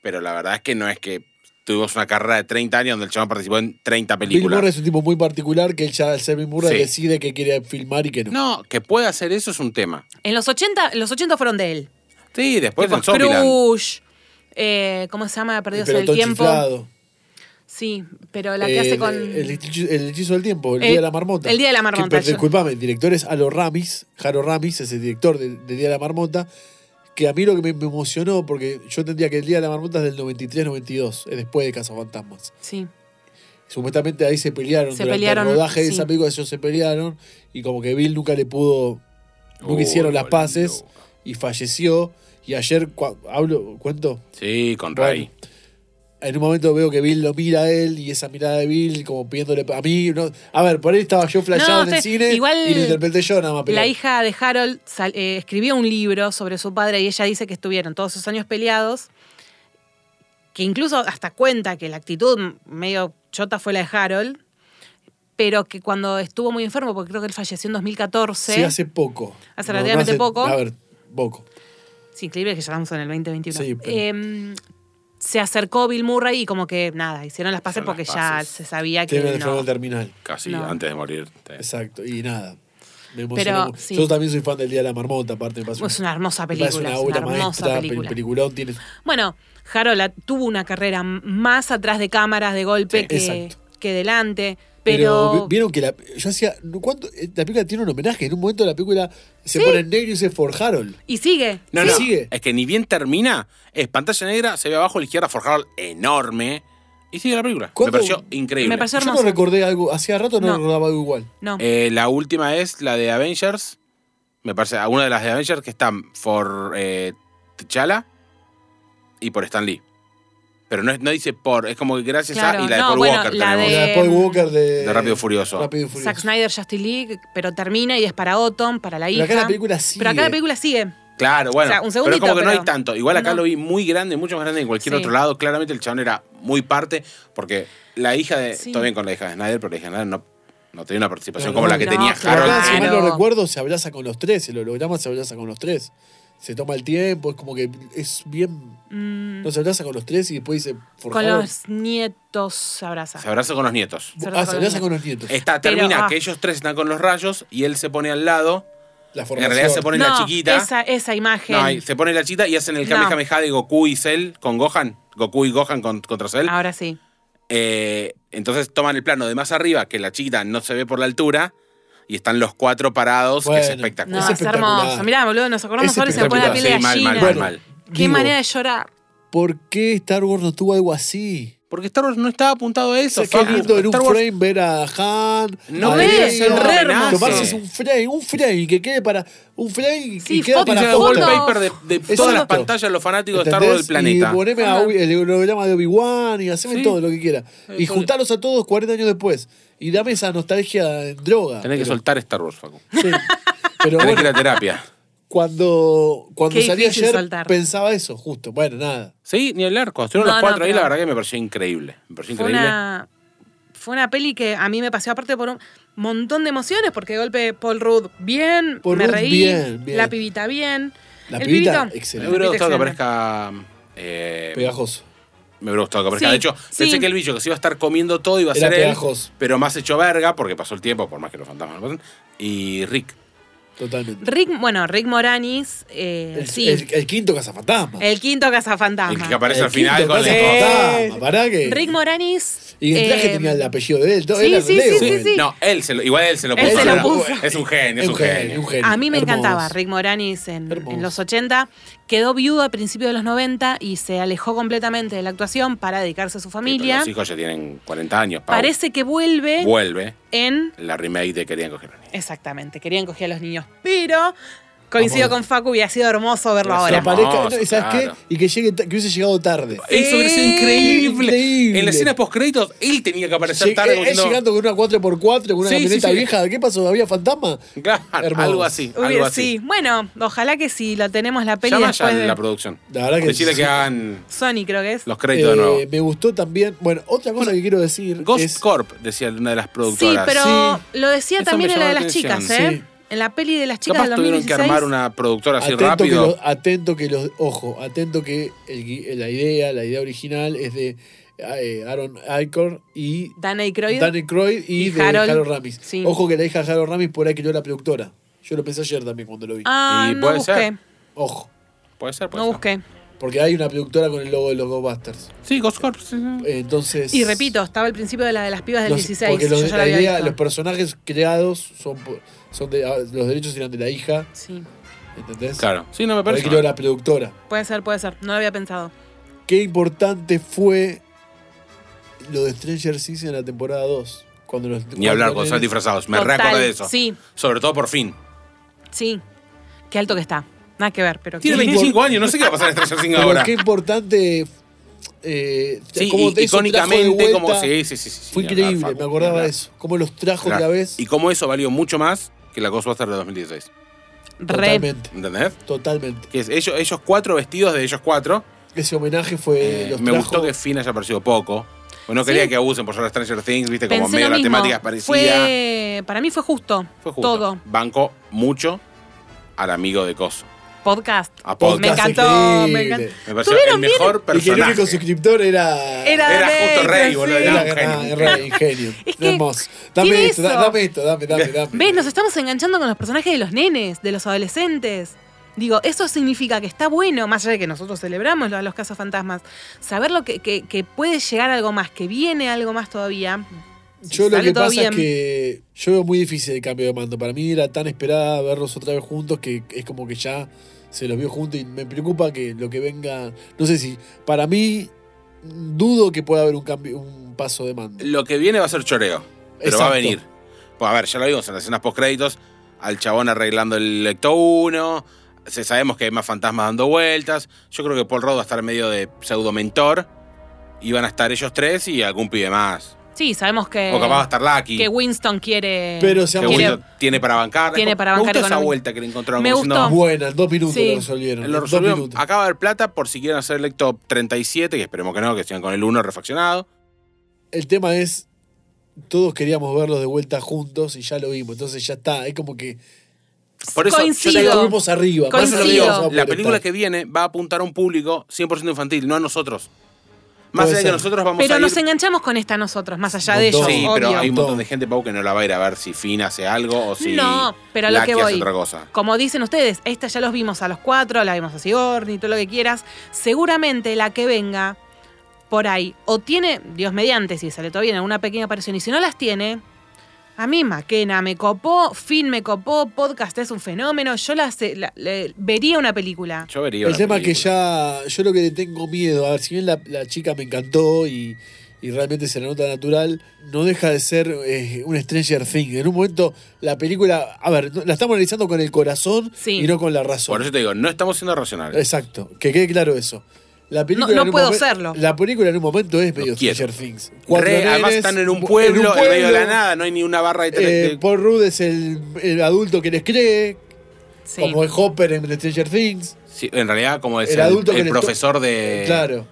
Speaker 4: pero la verdad es que no es que tuvimos una carrera de 30 años donde el chabón participó en 30
Speaker 5: Bill Murray es
Speaker 4: películas.
Speaker 5: un tipo muy particular que él ya al ser Bill Murray
Speaker 4: Sí.
Speaker 5: decide que quiere filmar y que no.
Speaker 4: No, que pueda hacer eso es un tema.
Speaker 1: En los 80, los 80 fueron de él.
Speaker 4: Sí, después
Speaker 1: Tipo
Speaker 4: en Zombieland.
Speaker 1: Scrooge, eh, ¿cómo se llama?
Speaker 5: El
Speaker 1: Perdidos en el
Speaker 5: pelotón
Speaker 1: tiempo.
Speaker 5: chiflado.
Speaker 1: Sí, pero la que hace
Speaker 5: El-
Speaker 1: con.
Speaker 5: El hechizo, el hechizo del tiempo, el,
Speaker 1: El-
Speaker 5: Día de la Marmota.
Speaker 1: el Día de la Marmota,
Speaker 5: Que, pero,
Speaker 1: yo-
Speaker 5: disculpame, el director es Alo Ramis. Jaro Ramis es el director de, de Día de la Marmota. Que a mí lo que me, me emocionó, porque yo entendía que el Día de la Marmota es del 93-92, es después de Cazafantasmas.
Speaker 1: Sí.
Speaker 5: Supuestamente ahí se pelearon.
Speaker 1: Se
Speaker 5: Durante
Speaker 1: pelearon,
Speaker 5: el rodaje de
Speaker 1: sí.
Speaker 5: esa película ellos se pelearon y como que Bill nunca le pudo... Nunca
Speaker 4: Uy,
Speaker 5: hicieron las
Speaker 4: boludo.
Speaker 5: paces y falleció. Y ayer, cua- hablo, cuento,
Speaker 4: Sí, con
Speaker 5: Bueno,
Speaker 4: Ray.
Speaker 5: en un momento veo que Bill lo mira a él y esa mirada de Bill como pidiéndole a mí. no- a ver, por ahí estaba yo flasheado en
Speaker 1: usted-
Speaker 5: el cine
Speaker 1: igual
Speaker 5: y lo interpreté yo nada más. Pero
Speaker 1: La hija de Harold sal- eh, escribió un libro sobre su padre y ella dice que estuvieron todos esos años peleados, que incluso hasta cuenta que la actitud m- medio chota fue la de Harold, pero que cuando estuvo muy enfermo, porque creo que él falleció en 2014,
Speaker 5: sí, hace poco.
Speaker 1: Hace relativamente poco.
Speaker 5: A ver, poco.
Speaker 1: sí, increíble que ya estamos en el 2021,
Speaker 5: Sí, pero-
Speaker 1: em, se acercó Bill Murray y como que nada, hicieron las paces
Speaker 4: Hicieron
Speaker 1: porque
Speaker 4: las
Speaker 1: ya
Speaker 4: paces.
Speaker 1: se sabía que...
Speaker 5: Tiene el
Speaker 1: no.
Speaker 5: enfermedad terminal.
Speaker 4: Casi
Speaker 1: No.
Speaker 4: antes de morir. te-
Speaker 5: Exacto. Y nada. Me
Speaker 1: Pero,
Speaker 5: emocionó. mu-
Speaker 1: sí.
Speaker 5: Yo también soy fan del Día de la Marmota, aparte. Me parece
Speaker 1: Es una hermosa
Speaker 5: me parece
Speaker 1: película, es
Speaker 5: una
Speaker 1: una
Speaker 5: obra
Speaker 1: hermosa
Speaker 5: maestra,
Speaker 1: película.
Speaker 5: pel- peliculón. Tiene,
Speaker 1: Bueno, Harold a- tuvo una carrera m- más atrás de cámaras de golpe
Speaker 4: Sí,
Speaker 1: que,
Speaker 5: exacto.
Speaker 1: que delante,
Speaker 5: Pero,
Speaker 1: pero...
Speaker 5: vi- vieron que la, yo hacía. ¿cuánto? Eh, La película tiene un homenaje. En un momento la película se
Speaker 1: Sí.
Speaker 5: pone en negro y se forjaron.
Speaker 1: y sigue.
Speaker 4: No,
Speaker 5: Sí.
Speaker 4: no.
Speaker 5: Sigue.
Speaker 4: Es que ni bien termina, es pantalla negra, se ve abajo a la izquierda forjado enorme. Y sigue la película. Me
Speaker 5: ¿Cuándo-
Speaker 4: pareció increíble.
Speaker 1: Me pareció
Speaker 5: Yo no
Speaker 1: hermosa.
Speaker 5: recordé algo. Hacía rato no,
Speaker 1: No.
Speaker 5: recordaba algo igual.
Speaker 1: No.
Speaker 4: Eh, la última es la de Avengers. Me parece, alguna de las de Avengers que están por eh, T'Challa y por Stan Lee. Pero no, es- no dice por, es como que gracias
Speaker 1: Claro,
Speaker 4: a. Y la de
Speaker 1: no,
Speaker 4: Paul
Speaker 1: bueno,
Speaker 4: Walker
Speaker 1: la
Speaker 4: tenemos.
Speaker 5: La de
Speaker 1: Eh,
Speaker 5: Paul Walker de,
Speaker 4: de Rápido y Furioso.
Speaker 5: Rápido y Furioso.
Speaker 1: Zack Snyder, Justice League, pero termina y es para Otton, para la
Speaker 5: Pero
Speaker 1: hija.
Speaker 5: acá la película sigue.
Speaker 1: Pero acá la película sigue.
Speaker 4: Claro, bueno.
Speaker 1: O sea, un
Speaker 4: pero
Speaker 1: segundito,
Speaker 4: es como que no
Speaker 1: pero-
Speaker 4: hay tanto. Igual acá
Speaker 1: No.
Speaker 4: lo vi muy grande, mucho más grande que en cualquier
Speaker 1: Sí.
Speaker 4: otro lado. Claramente el chabón era muy parte, porque la hija de.
Speaker 1: Sí.
Speaker 4: Todo bien con la hija de Snyder, pero la hija de Snyder no, no tenía una participación
Speaker 5: No,
Speaker 4: como
Speaker 5: no,
Speaker 4: la que
Speaker 1: no,
Speaker 4: tenía
Speaker 5: Pero
Speaker 4: Harold.
Speaker 5: acá, si
Speaker 1: Claro.
Speaker 5: mal no recuerdo, se abraza con los tres. El holograma se abraza con los tres. Se toma el tiempo. Es como que es bien.
Speaker 1: Mm,
Speaker 5: No se abraza con los tres y después dice.
Speaker 1: con
Speaker 5: forjaron.
Speaker 1: los nietos se abraza.
Speaker 4: Se abraza con los nietos.
Speaker 5: Ah, se abraza con los nietos.
Speaker 4: Está,
Speaker 1: Pero,
Speaker 4: termina
Speaker 1: ah.
Speaker 4: que ellos tres están con los rayos y él se pone al lado.
Speaker 5: La
Speaker 4: En
Speaker 5: formación.
Speaker 4: realidad se pone la
Speaker 1: No,
Speaker 4: chiquita.
Speaker 1: Esa, esa imagen.
Speaker 4: No, ahí se pone la chita y hacen el
Speaker 1: No.
Speaker 4: Kamehameha de Goku y Cell con Gohan. Goku y Gohan con- contra Cell.
Speaker 1: Ahora sí.
Speaker 4: Eh, entonces toman el plano de más arriba, que la chiquita no se ve por la altura, y están los cuatro parados, que es
Speaker 5: Bueno.
Speaker 1: No,
Speaker 4: espectacular.
Speaker 5: Es
Speaker 1: es,
Speaker 5: espectacular.
Speaker 1: hermoso. Mirá, boludo, nos acordamos
Speaker 5: Es
Speaker 1: ahora y se me pone la piel de
Speaker 4: espectacular.
Speaker 1: gallina.
Speaker 4: Sí, mal, mal,
Speaker 5: Bueno,
Speaker 4: mal.
Speaker 1: Qué
Speaker 5: digo,
Speaker 1: manera de llorar.
Speaker 5: ¿Por qué Star Wars no tuvo algo así?
Speaker 4: Porque Star Wars no estaba apuntado a eso.
Speaker 5: Es que
Speaker 4: Facu.
Speaker 5: lindo en un
Speaker 4: Star Wars-
Speaker 5: frame ver a Han.
Speaker 4: No
Speaker 5: a
Speaker 1: ves,
Speaker 5: Leia,
Speaker 1: es un re hermoso.
Speaker 5: Tomarse un frame, un frame que quede para. Un frame
Speaker 1: Sí,
Speaker 5: y queda
Speaker 1: fotos,
Speaker 4: Y se
Speaker 5: para
Speaker 4: da
Speaker 1: fotos.
Speaker 5: foto.
Speaker 4: wallpaper de, de
Speaker 5: Exacto.
Speaker 4: todas las pantallas de los fanáticos de Star Wars del
Speaker 5: ¿Entendés?
Speaker 4: planeta.
Speaker 5: Y poneme a
Speaker 1: Ajá.
Speaker 5: Obi- el holograma de Obi-Wan y haceme
Speaker 4: Sí.
Speaker 5: todo lo que quiera. Y
Speaker 4: todo.
Speaker 5: juntarlos a todos 40 años después. Y dame esa nostalgia en droga.
Speaker 4: Tenés que
Speaker 5: Pero-
Speaker 4: soltar Star Wars, Facu.
Speaker 5: sí. Pero
Speaker 4: Tenés que ir
Speaker 5: bueno,
Speaker 4: a terapia.
Speaker 5: cuando, cuando
Speaker 1: Qué
Speaker 5: salí
Speaker 1: difícil
Speaker 5: ayer
Speaker 1: soltar.
Speaker 5: pensaba eso, justo. Bueno, nada.
Speaker 4: Sí, ni hablar. Cuando estuvieron
Speaker 1: No,
Speaker 4: los
Speaker 1: no,
Speaker 4: cuatro ahí,
Speaker 1: pero-
Speaker 4: la verdad que me pareció increíble. Me pareció
Speaker 1: fue
Speaker 4: increíble.
Speaker 1: una, fue una peli que a mí me paseó aparte por un montón de emociones, porque de golpe Paul Rudd bien,
Speaker 5: Paul
Speaker 1: me
Speaker 5: Rudd,
Speaker 1: reí,
Speaker 5: bien, bien.
Speaker 1: la pibita bien.
Speaker 5: La
Speaker 1: el
Speaker 5: pibita,
Speaker 1: pibito,
Speaker 4: Me
Speaker 5: excelente.
Speaker 4: hubiera
Speaker 1: Excelente.
Speaker 4: gustado que aparezca. eh,
Speaker 5: Pegajoso.
Speaker 4: me hubiera gustado que aparezca. de
Speaker 1: Sí,
Speaker 4: hecho,
Speaker 1: sí.
Speaker 4: pensé que el bicho que se iba a estar comiendo todo iba a
Speaker 5: Era
Speaker 4: ser él.
Speaker 5: pegajoso.
Speaker 4: Pero más hecho verga, porque pasó el tiempo, por más que los fantasmas no pasen. Y Rick.
Speaker 5: Totalmente.
Speaker 1: Rick, bueno, Rick Moranis, eh,
Speaker 5: El,
Speaker 1: sí, el,
Speaker 5: el- el quinto cazafantasma.
Speaker 1: quinto
Speaker 4: El que
Speaker 1: cazafantasma.
Speaker 4: aparece
Speaker 5: El
Speaker 4: al final
Speaker 5: quinto
Speaker 4: con
Speaker 1: cazafantasma.
Speaker 4: el.
Speaker 5: cazafantasma, pará que-
Speaker 1: Rick Moranis.
Speaker 5: Y el traje
Speaker 1: eh,
Speaker 5: tenía el apellido de él. todo,
Speaker 1: sí,
Speaker 5: era
Speaker 1: sí,
Speaker 5: relevo,
Speaker 1: sí,
Speaker 5: él.
Speaker 1: sí.
Speaker 4: No, él se lo, igual él se lo
Speaker 1: Él
Speaker 4: puso.
Speaker 1: se lo
Speaker 4: ¿no?
Speaker 1: puso.
Speaker 4: Es un genio, es un genio.
Speaker 5: un genio.
Speaker 1: A mí me
Speaker 5: Hermoso.
Speaker 1: encantaba Rick Moranis en,
Speaker 5: Hermoso.
Speaker 1: en los 80. Quedó viudo a principios de los 90 y se alejó completamente de la actuación para dedicarse a su
Speaker 4: Sí, pero
Speaker 1: familia.
Speaker 4: los hijos ya tienen 40 años. Pau.
Speaker 1: Parece que vuelve
Speaker 4: Vuelve
Speaker 1: en
Speaker 4: la remake de Querían coger a un niño.
Speaker 1: Exactamente, querían coger a los niños, pero Coincido con Facu, hubiera sido hermoso verlo
Speaker 4: Hubiera
Speaker 5: Que
Speaker 1: ahora.
Speaker 4: sido
Speaker 5: aparezca,
Speaker 4: Hermoso,
Speaker 5: ¿y ¿sabes
Speaker 4: claro.
Speaker 5: qué? Y que, llegue, ta- que hubiese llegado tarde.
Speaker 4: Eso hubiera sido increíble.
Speaker 5: Increíble.
Speaker 4: En la escena post-créditos, él tenía que aparecer
Speaker 5: Lleg-
Speaker 4: tarde.
Speaker 5: él
Speaker 4: como diciendo-
Speaker 5: llegando con una 4x4, con una
Speaker 4: Sí, sí,
Speaker 5: camioneta
Speaker 4: sí.
Speaker 5: vieja. ¿Qué pasó? ¿Había fantasma?
Speaker 4: Claro,
Speaker 5: Hermoso.
Speaker 4: algo así. Algo
Speaker 1: Hubiera-
Speaker 4: así.
Speaker 1: sí, bueno, ojalá que si lo tenemos la peli
Speaker 4: Llama ya a
Speaker 1: después de
Speaker 4: la producción.
Speaker 5: La verdad que
Speaker 4: Decirle
Speaker 5: sí.
Speaker 4: que hagan
Speaker 1: Sony, creo que es.
Speaker 4: los créditos de
Speaker 5: Eh,
Speaker 4: nuevo.
Speaker 5: Me gustó también. Bueno, otra cosa que quiero decir.
Speaker 4: Ghost
Speaker 5: es,
Speaker 4: Corp, decía una de las
Speaker 1: Sí,
Speaker 4: productoras.
Speaker 1: pero lo decía
Speaker 4: Eso
Speaker 1: también
Speaker 4: me
Speaker 1: en la de
Speaker 4: llamó
Speaker 1: las
Speaker 4: la
Speaker 1: chicas,
Speaker 4: atención.
Speaker 1: ¿eh?
Speaker 5: Sí.
Speaker 1: En la peli de las chicas
Speaker 4: Capaz
Speaker 1: del
Speaker 4: tuvieron que
Speaker 1: 2016.
Speaker 4: armar una productora así
Speaker 5: atento, que
Speaker 4: rápido.
Speaker 5: los, atento que los. Ojo, atento que el gui- eh, la idea, la idea original es de eh, Aaron Eichorn y
Speaker 1: Dan Aykroyd.
Speaker 5: Danny Croyd y,
Speaker 1: Y
Speaker 5: de
Speaker 1: Harold.
Speaker 5: Harold, Ramis.
Speaker 1: Sí.
Speaker 5: Ojo que la hija de Harold Ramis por ahí creó la productora. Yo lo pensé ayer también cuando lo vi.
Speaker 1: Ah,
Speaker 4: Y
Speaker 1: no
Speaker 4: puede
Speaker 1: busqué.
Speaker 4: ser,
Speaker 5: Ojo.
Speaker 4: Puede ser, puede
Speaker 1: No
Speaker 4: ser.
Speaker 1: busqué.
Speaker 5: Porque hay una productora con el logo de los Ghostbusters.
Speaker 4: Sí, Ghost Corp. sí, sí.
Speaker 5: Eh, Entonces.
Speaker 1: Y repito, estaba al principio de la de las pibas del
Speaker 5: los-
Speaker 1: 16.
Speaker 5: Porque los,
Speaker 1: yo ya la
Speaker 5: la
Speaker 1: había
Speaker 5: idea,
Speaker 1: visto.
Speaker 5: los personajes creados son, por- son de, ah, los derechos eran de la hija,
Speaker 1: Sí,
Speaker 5: ¿entendés?
Speaker 4: Claro. Sí, no me
Speaker 5: Por ahí
Speaker 4: parece.
Speaker 5: creó la productora.
Speaker 1: puede ser, puede ser. No lo había pensado.
Speaker 5: Qué importante fue lo de Stranger Things en la temporada 2. Cuando los,
Speaker 4: Ni hablar
Speaker 5: cuando
Speaker 4: con estar
Speaker 5: nenes-
Speaker 4: disfrazados. Me
Speaker 1: Total,
Speaker 4: reacordé de eso.
Speaker 1: Sí,
Speaker 4: Sobre todo por fin.
Speaker 1: sí. Qué alto que está. Nada que ver, pero.
Speaker 4: Tiene
Speaker 1: qué-
Speaker 4: 25 años, no sé qué va a pasar en Stranger Things
Speaker 5: Pero
Speaker 4: ahora.
Speaker 5: qué importante. Eh,
Speaker 4: Sí,
Speaker 5: cómo
Speaker 4: i-
Speaker 5: eso trajo de
Speaker 4: icónicamente, como.
Speaker 5: vuelta.
Speaker 4: Sí, sí, sí. sí, sí,
Speaker 5: Fue
Speaker 4: ni hablar,
Speaker 5: increíble,
Speaker 4: Facu,
Speaker 5: me
Speaker 4: ni
Speaker 5: acordaba
Speaker 4: hablar.
Speaker 5: de eso. Cómo los trajo
Speaker 4: Claro.
Speaker 5: otra vez.
Speaker 4: Y cómo eso valió mucho más que la Ghostbusters de 2016.
Speaker 1: Re.
Speaker 5: Totalmente.
Speaker 4: ¿Entendés?
Speaker 5: Totalmente.
Speaker 4: Que es ellos, ellos cuatro vestidos de ellos cuatro.
Speaker 5: Ese homenaje fue.
Speaker 4: Eh,
Speaker 5: los
Speaker 4: me
Speaker 5: trajo-
Speaker 4: gustó que Finn haya aparecido poco. Bueno, no
Speaker 1: Sí.
Speaker 4: quería que abusen por ser Stranger Things, viste, como
Speaker 1: Pensé
Speaker 4: medio
Speaker 1: lo
Speaker 4: la
Speaker 1: mismo.
Speaker 4: temática es parecida.
Speaker 1: Fue, para mí fue justo.
Speaker 4: Fue justo.
Speaker 1: Todo.
Speaker 4: Banco mucho al amigo de Coso.
Speaker 1: Podcast.
Speaker 4: A
Speaker 1: Pues Me
Speaker 4: podcast.
Speaker 1: encantó. Me
Speaker 5: increíble.
Speaker 1: encantó.
Speaker 4: Me, pareció
Speaker 1: Tuvieron
Speaker 4: el mejor
Speaker 5: Y que el
Speaker 4: personaje.
Speaker 5: único suscriptor era.
Speaker 1: Era-
Speaker 4: Era justo Rey,
Speaker 1: Sí.
Speaker 4: boludo.
Speaker 5: era
Speaker 4: Era un
Speaker 5: era-
Speaker 4: genio.
Speaker 5: era ingenio.
Speaker 1: Es que
Speaker 5: Hermoso. Dame
Speaker 1: tiene
Speaker 5: esto, da-
Speaker 1: eso.
Speaker 5: dame esto, dame, dame, dame.
Speaker 1: ¿Ves? Nos estamos enganchando con los personajes de los nenes, de los adolescentes. Digo, eso significa que está bueno, más allá de que nosotros celebramos lo- a los casos fantasmas, saber lo que, que- que puede llegar algo más, que viene algo más todavía. Si
Speaker 5: Yo lo
Speaker 1: sale
Speaker 5: que
Speaker 1: todo
Speaker 5: pasa
Speaker 1: bien.
Speaker 5: es que yo veo muy difícil el cambio de mando. Para mí era tan esperada verlos otra vez juntos que es como que ya se los vio juntos y me preocupa que lo que venga. No sé si. Para mí, dudo que pueda haber un cambio, un paso de mando.
Speaker 4: Lo que viene va a ser choreo. Pero va
Speaker 5: Exacto.
Speaker 4: a venir. Pues a ver, ya lo vimos en las escenas post-créditos. Al chabón arreglando el Lecto 1. Se, sabemos que hay más fantasmas dando vueltas. Yo creo que Paul Rudd va a estar medio de pseudo mentor. Y van a estar ellos tres y algún pibe más.
Speaker 1: Sí, sabemos que,
Speaker 4: o capaz va a estar Lucky.
Speaker 1: que Winston quiere.
Speaker 5: Pero
Speaker 4: que
Speaker 5: seamos-
Speaker 1: quiere-
Speaker 4: Wilson tiene para bancar.
Speaker 1: Tiene para
Speaker 4: Me
Speaker 1: bancar
Speaker 4: gustó esa
Speaker 1: económico.
Speaker 4: vuelta que le encontraron.
Speaker 1: Me
Speaker 4: como diciendo, "Ah,
Speaker 1: gustó.
Speaker 5: Buena, en dos minutos
Speaker 1: Sí.
Speaker 5: lo resolvieron.
Speaker 4: Lo
Speaker 5: en dos
Speaker 4: resolvieron.
Speaker 5: minutos.
Speaker 4: Acaba de haber plata por si quieren hacer el Lecto 37, que esperemos que no, que sigan con el 1 refaccionado.
Speaker 5: El tema es. Todos queríamos verlos de vuelta juntos y ya lo vimos. Entonces ya está. Es como que.
Speaker 4: Por eso yo
Speaker 5: Ya
Speaker 4: Digo,
Speaker 5: lo
Speaker 1: coincido.
Speaker 5: vimos arriba.
Speaker 4: Por eso lo digo,
Speaker 1: Coincido.
Speaker 4: la película que viene va a apuntar a un público 100% infantil, no a nosotros. Más allá
Speaker 5: Puede
Speaker 4: de que
Speaker 5: ser.
Speaker 4: nosotros vamos
Speaker 1: Pero
Speaker 4: a ir...
Speaker 1: nos enganchamos con esta nosotros, más allá de ellos.
Speaker 5: Montón.
Speaker 4: Sí, pero
Speaker 1: obvio.
Speaker 4: hay un montón
Speaker 5: Montón.
Speaker 4: de gente, Pau, que no la va a ir a ver si Finn hace algo o si
Speaker 1: No, pero a lo que
Speaker 4: Lucky hace
Speaker 1: voy.
Speaker 4: otra cosa.
Speaker 1: Como dicen ustedes, esta ya los vimos a los cuatro, la vimos a Sigourney, todo lo que quieras. Seguramente la que venga por ahí, o tiene, Dios mediante, si sale todo bien, alguna pequeña aparición, y si no las tiene, a mí Maquena me copó, Finn me copó, podcast es un fenómeno, yo la, se- la- le- vería una película.
Speaker 4: Yo vería
Speaker 5: El
Speaker 4: una
Speaker 5: tema que
Speaker 4: película.
Speaker 5: ya. Yo lo que le tengo miedo, a ver, si bien la, la chica me encantó y, y realmente se la nota natural, no deja de ser eh, un Stranger Thing. En un momento, la película. A ver, no- la estamos analizando con el corazón
Speaker 1: Sí.
Speaker 5: y no con la razón.
Speaker 4: Por eso te digo, no estamos siendo racionales.
Speaker 5: Exacto, que quede claro eso. La película
Speaker 1: no
Speaker 5: en un
Speaker 1: puedo
Speaker 5: momen-
Speaker 1: serlo.
Speaker 5: La película en un momento es medio
Speaker 4: quiero.
Speaker 5: Stranger Things. Cuatro
Speaker 4: Re- además
Speaker 5: nenes,
Speaker 4: están en un
Speaker 5: en
Speaker 4: pueblo, en, medio de la
Speaker 5: pueblo,
Speaker 4: nada, no hay ni una barra de... tele-
Speaker 5: eh,
Speaker 4: de-
Speaker 5: Paul Rudd es el, el adulto que les cree,
Speaker 1: Sí.
Speaker 5: como es Hopper en Stranger Things.
Speaker 4: Sí, en realidad, como es
Speaker 5: el
Speaker 4: el,
Speaker 5: adulto
Speaker 4: el
Speaker 5: que le to-
Speaker 4: profesor de,
Speaker 5: claro.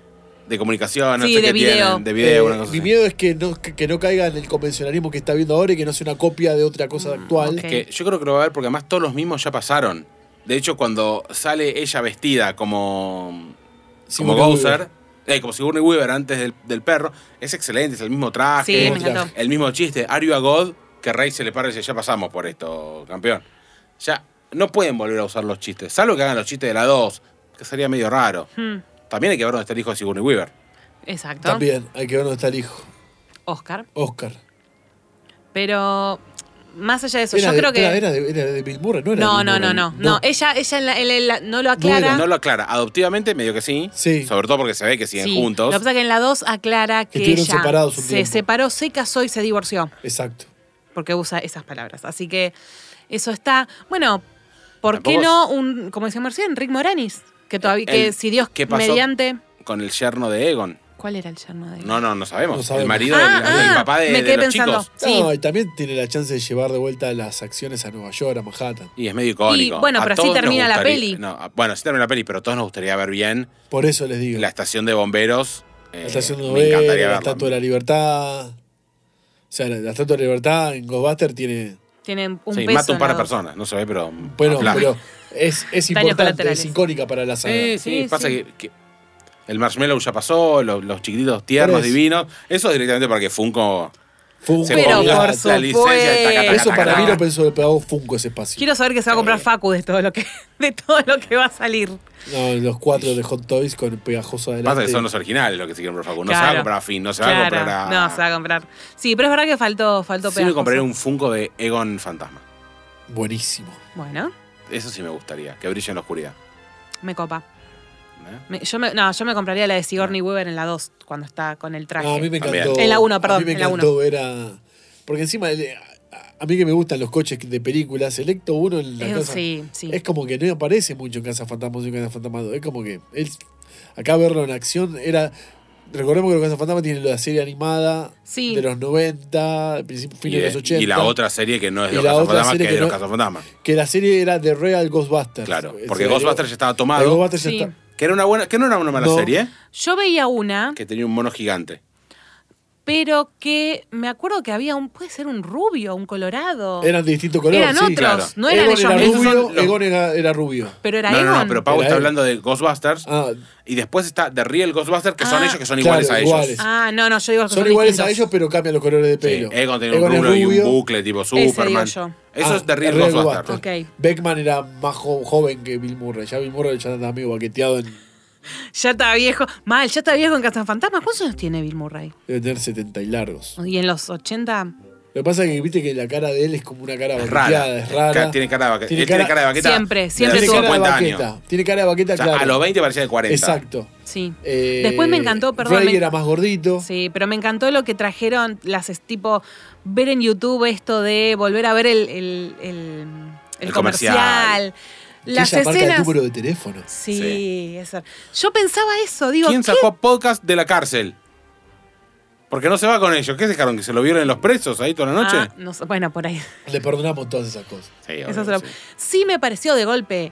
Speaker 4: de comunicación, no
Speaker 1: Sí,
Speaker 4: sé
Speaker 1: de
Speaker 4: qué
Speaker 1: video.
Speaker 4: tienen, de Eh, video,
Speaker 5: Eh,
Speaker 4: una cosa
Speaker 5: mi
Speaker 4: así.
Speaker 5: miedo es que no, que, que no caiga en el convencionalismo que está viendo ahora y que no sea una copia de otra cosa actual.
Speaker 1: Mm, ok.
Speaker 4: Que yo creo que lo va a ver porque además todos los mismos ya pasaron. De hecho, cuando sale ella vestida como, como
Speaker 5: Sigourney
Speaker 4: Bowser,
Speaker 5: Weaver.
Speaker 4: eh, como Sigourney Weaver antes del, del perro, es excelente, es el mismo traje,
Speaker 1: Sí, me
Speaker 5: otra.
Speaker 1: encantó.
Speaker 4: el mismo chiste. Are you a God? Que Rey se le para y dice, ya pasamos por esto, campeón. Ya no pueden volver a usar los chistes, salvo que hagan los chistes de la 2, que sería medio raro.
Speaker 1: Hmm,
Speaker 4: También hay que ver dónde está el hijo de Sigourney Weaver.
Speaker 1: exacto.
Speaker 5: También, hay que ver dónde está el hijo.
Speaker 1: Oscar.
Speaker 5: Oscar.
Speaker 1: Pero más allá de eso,
Speaker 5: Era
Speaker 1: yo
Speaker 5: de-
Speaker 1: creo que.
Speaker 5: Era, era de, era de Bill Murray, ¿no? Era
Speaker 1: no,
Speaker 5: de Bill
Speaker 1: no, no,
Speaker 5: Murray.
Speaker 1: no, no. Ella, ella en la- en la- en la- no lo
Speaker 5: era,
Speaker 1: aclara.
Speaker 4: No lo aclara. Adoptivamente, medio que sí.
Speaker 5: Sí.
Speaker 4: Sobre todo porque se ve que siguen
Speaker 1: Sí,
Speaker 4: juntos.
Speaker 1: Lo que pasa es que en la 2 aclara que,
Speaker 5: Que estuvieron
Speaker 1: ella
Speaker 5: separados un
Speaker 1: se
Speaker 5: tiempo.
Speaker 1: separó, se casó y se divorció,
Speaker 5: Exacto.
Speaker 1: porque usa esas palabras. Así que eso está. Bueno, ¿Por qué
Speaker 4: Tampoco- Eh,
Speaker 1: no un, como decía recién, Rick Moranis? Que todavía, que
Speaker 4: El-
Speaker 1: si Dios
Speaker 4: ¿qué pasó?
Speaker 1: mediante.
Speaker 4: Con el yerno de Egon.
Speaker 1: ¿Cuál era el yerno de
Speaker 4: No, no, no sabemos.
Speaker 5: No sabemos.
Speaker 4: El marido
Speaker 1: Ah,
Speaker 4: del, del
Speaker 1: ah,
Speaker 4: papá de,
Speaker 1: me
Speaker 4: de
Speaker 1: quedé
Speaker 4: los
Speaker 1: pensando.
Speaker 4: chicos.
Speaker 1: Sí.
Speaker 5: No, y también tiene la chance de llevar de vuelta las acciones a Nueva York, a Manhattan.
Speaker 4: Y es medio icónico.
Speaker 1: Y, bueno,
Speaker 4: A
Speaker 1: pero así
Speaker 4: todos nos
Speaker 1: termina la
Speaker 4: gustaría-
Speaker 1: peli.
Speaker 4: no, a- bueno, así termina la peli, pero a todos nos gustaría ver bien
Speaker 5: Por eso les digo.
Speaker 4: la estación de bomberos. eh,
Speaker 5: La estación de
Speaker 4: Me
Speaker 5: Novela,
Speaker 4: encantaría
Speaker 5: la
Speaker 4: verla.
Speaker 5: Estatua de la Libertad. O sea, la, la Estatua de la Libertad en Ghostbusters tiene.
Speaker 1: Tienen un
Speaker 4: Sí,
Speaker 1: peso
Speaker 4: mata un par de
Speaker 1: en la-
Speaker 4: personas, no se ve, pero.
Speaker 5: Bueno,
Speaker 4: aplaca.
Speaker 5: pero es, es
Speaker 1: Daños
Speaker 5: importante,
Speaker 1: colaterales.
Speaker 5: es icónica para la saga.
Speaker 4: Sí, sí,
Speaker 1: Sí,
Speaker 4: pasa
Speaker 1: sí.
Speaker 4: Que, que el marshmallow ya pasó, lo- los, chiquititos tiernos,
Speaker 5: Por eso.
Speaker 4: divinos. Eso es directamente para que Funko
Speaker 5: Fue un
Speaker 4: se
Speaker 1: Pero
Speaker 4: ponga
Speaker 1: por
Speaker 4: la
Speaker 1: supuesto.
Speaker 4: licencia de taca, taca,
Speaker 5: Eso
Speaker 4: taca,
Speaker 5: para mí
Speaker 4: taca.
Speaker 5: lo pensó, lo pagó Funko ese espacio.
Speaker 1: Quiero saber que se va a
Speaker 4: Eh.
Speaker 1: comprar Facu de todo lo que, de todo lo que va a salir.
Speaker 5: No, los cuatro de Hot Toys con el pegajoso adelante.
Speaker 4: Pasa que son los originales los que se quieren comprar Funko. No se va a
Speaker 1: Claro.
Speaker 4: comprar a Finn, no se va a
Speaker 1: Claro.
Speaker 4: comprar a.
Speaker 1: No, se va a comprar. Sí, pero es verdad que faltó, faltó
Speaker 4: Sí, me
Speaker 1: pedazo.
Speaker 4: compraré un Funko de Egon Fantasma.
Speaker 5: Buenísimo.
Speaker 1: Bueno,
Speaker 4: Eso sí me gustaría, que brille en la oscuridad.
Speaker 1: me copa.
Speaker 4: ¿eh?
Speaker 1: Me- yo me, no, yo me compraría la de Sigourney Weaver en la 2, cuando está con el traje.
Speaker 5: No, a mí me
Speaker 4: También.
Speaker 5: encantó.
Speaker 1: En la uno,
Speaker 5: A
Speaker 1: perdón,
Speaker 5: mí me
Speaker 1: en la
Speaker 5: encantó ver a. Porque encima, el- a, a mí que me gustan los coches de películas, el Ecto 1 en la
Speaker 1: Es-
Speaker 5: casa.
Speaker 1: sí, sí.
Speaker 5: Es como que no aparece mucho en Casa Fantasma y en Casa Fantasma 2. Es como que él, acá verlo en acción era. Recordemos que los Casa Fantasma tienen la serie animada
Speaker 1: Sí.
Speaker 5: de los 90, principio,
Speaker 4: Y,
Speaker 5: fines de los
Speaker 4: de-
Speaker 5: 80.
Speaker 4: y la otra seserie que no es de
Speaker 5: Y
Speaker 4: los
Speaker 5: la otra
Speaker 4: cazafantasmas, que
Speaker 5: serie
Speaker 4: es
Speaker 5: que
Speaker 4: de los
Speaker 5: no-
Speaker 4: cazafantasmas.
Speaker 5: Que la serie era The Real Ghostbusters.
Speaker 4: Claro,
Speaker 5: O
Speaker 4: porque
Speaker 5: sea,
Speaker 4: Ghostbusters ya estaba
Speaker 5: el
Speaker 4: tomado.
Speaker 5: Ghostbusters ya
Speaker 1: Sí.
Speaker 5: está-
Speaker 4: Que era una buena, que no era una mala
Speaker 5: No.
Speaker 4: serie,
Speaker 1: Yo veía una,
Speaker 4: que tenía un mono gigante.
Speaker 1: pero que me acuerdo que había un, puede ser un rubio, un colorado.
Speaker 5: Eran de distinto color.
Speaker 1: Eran
Speaker 5: sí.
Speaker 1: otros,
Speaker 4: claro.
Speaker 1: no eran
Speaker 5: Egon
Speaker 1: ellos
Speaker 5: era
Speaker 1: mismos.
Speaker 4: Esos
Speaker 5: rubio,
Speaker 4: son los-
Speaker 5: Egon era, era rubio.
Speaker 1: Pero era
Speaker 4: No, no, no,
Speaker 1: Egon.
Speaker 4: pero Pau
Speaker 5: Era
Speaker 4: está
Speaker 5: Egon.
Speaker 4: hablando de Ghostbusters.
Speaker 5: Ah,
Speaker 4: Y después está The Real Ghostbusters, que son
Speaker 1: Ah.
Speaker 4: ellos que son
Speaker 5: Claro,
Speaker 4: iguales a ellos.
Speaker 5: iguales.
Speaker 1: Ah, no, no, yo digo que
Speaker 5: son iguales a
Speaker 1: distintos.
Speaker 5: ellos, pero cambian los colores de
Speaker 4: Sí,
Speaker 5: pelo.
Speaker 4: Egon tenía un
Speaker 5: Egon es
Speaker 4: rulo y un
Speaker 5: rubio.
Speaker 4: bucle tipo
Speaker 1: digo
Speaker 4: Superman.
Speaker 1: yo.
Speaker 4: Eso
Speaker 5: Ah,
Speaker 4: es The Real
Speaker 5: Real
Speaker 4: Ghostbusters.
Speaker 5: Ghostbusters.
Speaker 1: Ok.
Speaker 5: Beckman era más jo- joven que Bill Murray. Ya Bill Murray ya estaba medio baqueteado en
Speaker 1: Ya está viejo. Mal, ya está viejo en Cazafantasmas. ¿Cuántos años tiene Bill Murray?
Speaker 5: debe tener 70 y largos.
Speaker 1: Y en los 80
Speaker 5: Lo que pasa es que viste que la cara de él es como una cara
Speaker 4: Es
Speaker 5: baqueteada,
Speaker 4: rara.
Speaker 5: es rara.
Speaker 4: Ca- Tiene cara de baqueta.
Speaker 5: Tiene
Speaker 4: Él tiene
Speaker 5: cara-
Speaker 4: cara de baqueta.
Speaker 1: Siempre,
Speaker 4: de
Speaker 1: siempre
Speaker 5: Tiene
Speaker 1: tuvo.
Speaker 5: cara de
Speaker 4: 50 años.
Speaker 5: baqueta. Tiene cara de baqueta,
Speaker 4: O sea,
Speaker 5: claro.
Speaker 4: a los 20 parecía de 40.
Speaker 5: Exacto.
Speaker 1: Sí.
Speaker 5: Eh,
Speaker 1: Después me encantó, perdón.
Speaker 5: Ray
Speaker 1: me-
Speaker 5: era más gordito.
Speaker 1: Sí, pero me encantó lo que trajeron las es- tipo ver en YouTube esto de volver a ver el, el, el- el
Speaker 4: El
Speaker 1: comercial.
Speaker 4: comercial.
Speaker 1: Las
Speaker 5: Ella marca el
Speaker 1: escenas.
Speaker 5: número de teléfono.
Speaker 1: Sí,
Speaker 4: Sí.
Speaker 1: eso. Yo pensaba eso, digo,
Speaker 4: ¿Quién
Speaker 1: ¿qué?
Speaker 4: sacó podcast de la cárcel? Porque no se va con ellos. ¿Qué dejaron? ¿Que se lo vieron los presos ahí toda la noche?
Speaker 1: Ah, no sé, bueno, por ahí.
Speaker 5: Le perdonamos todas esas cosas.
Speaker 4: Sí, obvio,
Speaker 1: Eso se lo-
Speaker 4: sí.
Speaker 1: sí. me pareció de golpe.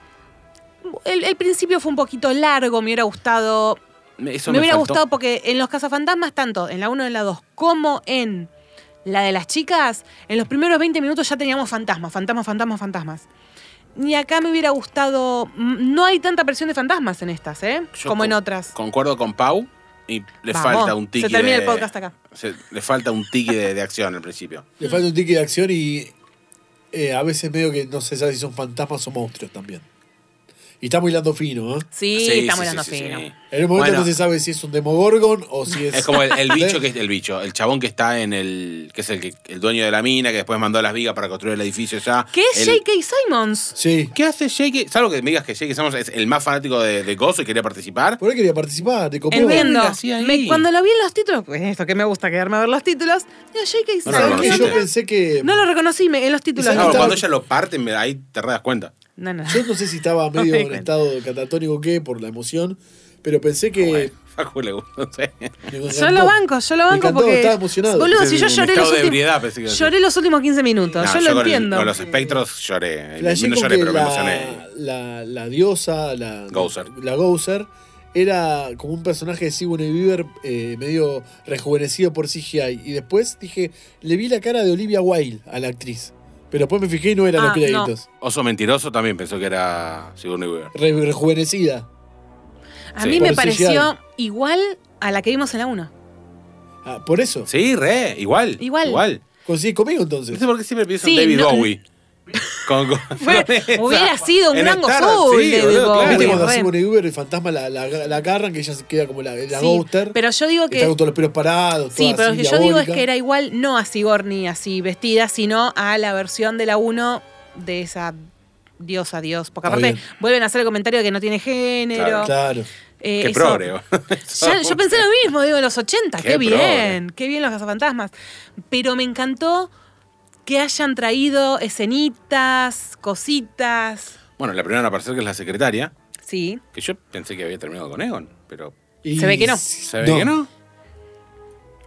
Speaker 1: El, el principio fue un poquito largo, me hubiera gustado.
Speaker 4: Eso
Speaker 1: me hubiera
Speaker 4: faltó.
Speaker 1: gustado porque en los cazafantasmas, tanto en la 1 y en la 2, como en la de las chicas, en los primeros 20 minutos ya teníamos fantasmas, fantasmas, fantasmas, fantasmas. Ni acá me hubiera gustado. m- No hay tanta presión de fantasmas en estas, ¿eh?
Speaker 4: Yo
Speaker 1: como en
Speaker 4: con-
Speaker 1: otras.
Speaker 4: Concuerdo con Pau y le
Speaker 1: Vamos,
Speaker 4: falta un
Speaker 1: se
Speaker 4: tiki.
Speaker 1: termina
Speaker 4: de-
Speaker 1: el podcast acá.
Speaker 4: se- le falta un tiki de, de acción al principio.
Speaker 5: Le falta un ticket de acción y eh, a veces medio que no se sabe si son fantasmas o monstruos también. Y estamos hilando fino, ¿eh?
Speaker 1: Sí, estamos hablando
Speaker 4: sí, sí,
Speaker 1: fino.
Speaker 4: sí.
Speaker 5: En un momento
Speaker 4: Bueno,
Speaker 5: no se sabe si es un demogorgon o si es.
Speaker 4: Es como el, el bicho que es el bicho, el chabón que está en el. que es el, que- el dueño de la mina, que después mandó a las vigas para construir el edificio ya.
Speaker 1: ¿Qué es
Speaker 4: El-
Speaker 1: J.K. Simons?
Speaker 5: Sí.
Speaker 4: ¿Qué hace Jake? Salvo que me digas que Jake Samuels es el más fanático de, de Gozo y quería participar.
Speaker 5: Por ahí quería participar, te copó.
Speaker 1: Entiendo.
Speaker 4: Lo hacía ahí.
Speaker 1: Me- cuando lo vi en los títulos, pues esto que me gusta quedarme a ver los títulos, digo, J.K.
Speaker 4: No
Speaker 1: Simons.
Speaker 4: lo
Speaker 5: ¿Sabés que
Speaker 4: reconociste?
Speaker 5: yo pensé que.
Speaker 1: No lo reconocí me- en los títulos.
Speaker 5: Esa
Speaker 4: Claro,
Speaker 5: estaba-
Speaker 4: cuando ella lo parte, me- ahí te re das cuenta.
Speaker 1: No, no.
Speaker 5: Yo no sé si estaba medio
Speaker 1: me di
Speaker 5: en
Speaker 1: cuenta.
Speaker 5: estado catatónico o qué, por la emoción, pero pensé que.
Speaker 4: Oh, Bueno, Facu le gusta, no sé.
Speaker 5: me encantó.
Speaker 1: Yo lo banco, yo lo
Speaker 5: Me
Speaker 1: banco
Speaker 5: encantó,
Speaker 1: porque.
Speaker 5: Estaba emocionado.
Speaker 1: Boludo,
Speaker 4: Sí,
Speaker 1: si yo
Speaker 4: en
Speaker 1: lloré
Speaker 4: estado
Speaker 1: los,
Speaker 4: de
Speaker 1: últimos,
Speaker 4: ebriedad, pensé que iba a decir.
Speaker 1: lloré los últimos 15 minutos.
Speaker 4: No,
Speaker 1: yo,
Speaker 4: con
Speaker 1: lo
Speaker 4: el-
Speaker 1: entiendo.
Speaker 4: con los espectros lloré.
Speaker 5: Flashé
Speaker 4: no
Speaker 5: con
Speaker 4: lloré,
Speaker 5: que
Speaker 4: pero me
Speaker 5: la,
Speaker 4: emocioné.
Speaker 5: la, la diosa, la
Speaker 4: Gouser.
Speaker 5: la Gouser, era como un personaje de Sigourney Weaver eh, medio rejuvenecido por CGI. Y después dije, le vi la cara de Olivia Wilde a la actriz. Pero después me fijé y no eran
Speaker 1: Ah,
Speaker 5: los créditos.
Speaker 4: Oso mentiroso también pensó que era Sigourney Weaver.
Speaker 5: Re- rejuvenecida.
Speaker 1: a
Speaker 4: Sí.
Speaker 1: mí me
Speaker 5: Por CGI.
Speaker 1: pareció igual a la que vimos en la 1.
Speaker 5: Ah, por eso.
Speaker 4: Sí, re, igual.
Speaker 1: Igual.
Speaker 4: Igual.
Speaker 5: ¿Consigues conmigo
Speaker 4: No
Speaker 5: entonces?
Speaker 4: sé por qué siempre pienso
Speaker 1: Sí,
Speaker 4: en David
Speaker 1: no-
Speaker 4: Bowie. Con- con-
Speaker 1: Fue-
Speaker 4: con esa.
Speaker 1: hubiera sido un
Speaker 4: En
Speaker 1: gran
Speaker 4: Star,
Speaker 1: gozón,
Speaker 4: sí,
Speaker 1: David
Speaker 4: boludo,
Speaker 1: Bowie.
Speaker 4: claro.
Speaker 5: ¿Viste
Speaker 1: Re.
Speaker 5: cuando a Sigourney Weaver el fantasma la, la, la agarran que ella se queda como la, la Gouser?
Speaker 1: pero yo digo
Speaker 5: Está
Speaker 1: que.
Speaker 5: con todos los pelos parados,
Speaker 1: Sí,
Speaker 5: toda
Speaker 1: pero lo
Speaker 5: así,
Speaker 1: que yo digo es
Speaker 5: diabólica.
Speaker 1: que era igual no a Sigourney así vestida, sino a la versión de la 1 de esa diosa Dios. Porque
Speaker 5: Está
Speaker 1: aparte
Speaker 5: bien.
Speaker 1: vuelven a hacer el comentario de que no tiene género.
Speaker 4: Claro.
Speaker 5: Claro.
Speaker 1: Eh,
Speaker 4: Qué
Speaker 1: eso-
Speaker 4: progre. boludo.
Speaker 1: Ya, yo pensé lo mismo, digo, en los 80, qué,
Speaker 4: Qué
Speaker 1: bien, qué bien los cazafantasmas. Pero me encantó que hayan traído escenitas, cositas.
Speaker 4: Bueno, la primera en aparecer que es la secretaria,
Speaker 1: Sí.
Speaker 4: que yo pensé que había terminado con Egon, pero
Speaker 5: Y-
Speaker 1: Se ve que no.
Speaker 4: se ve que no.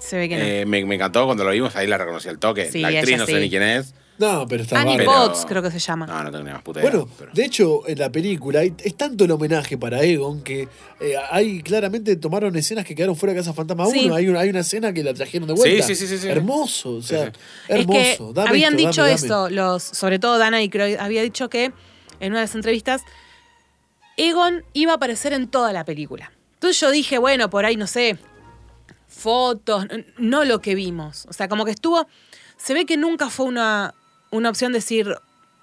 Speaker 1: Se ve que no.
Speaker 4: Eh, me, me encantó cuando lo vimos, ahí la reconocí al toque.
Speaker 1: Sí,
Speaker 4: la actriz
Speaker 1: ella
Speaker 4: no
Speaker 1: sí.
Speaker 4: sé ni quién es.
Speaker 5: No, pero está
Speaker 1: Annie
Speaker 5: bárbaro.
Speaker 4: pero-
Speaker 1: Potts, creo que se llama.
Speaker 4: No, no tengo ni más puta idea.
Speaker 5: Bueno,
Speaker 4: pero-
Speaker 5: de hecho, en la película hay- es tanto el homenaje para Egon que eh, hay claramente tomaron escenas que quedaron fuera de Casa Fantasma 1.
Speaker 1: Sí.
Speaker 5: Hay, una, hay una escena que la trajeron de vuelta.
Speaker 4: Sí, sí, sí, sí, sí.
Speaker 5: Hermoso, o sea,
Speaker 4: Sí,
Speaker 5: hermoso.
Speaker 1: Es que
Speaker 5: Dame
Speaker 1: habían
Speaker 5: esto, dame,
Speaker 1: dicho
Speaker 5: dame.
Speaker 1: eso, los, sobre todo Dana y Croy, había dicho que en una de las entrevistas Egon iba a aparecer en toda la película. Entonces yo dije, bueno, por ahí no sé, fotos, n- no lo que vimos. O sea, como que estuvo, se ve que nunca fue una, una opción decir,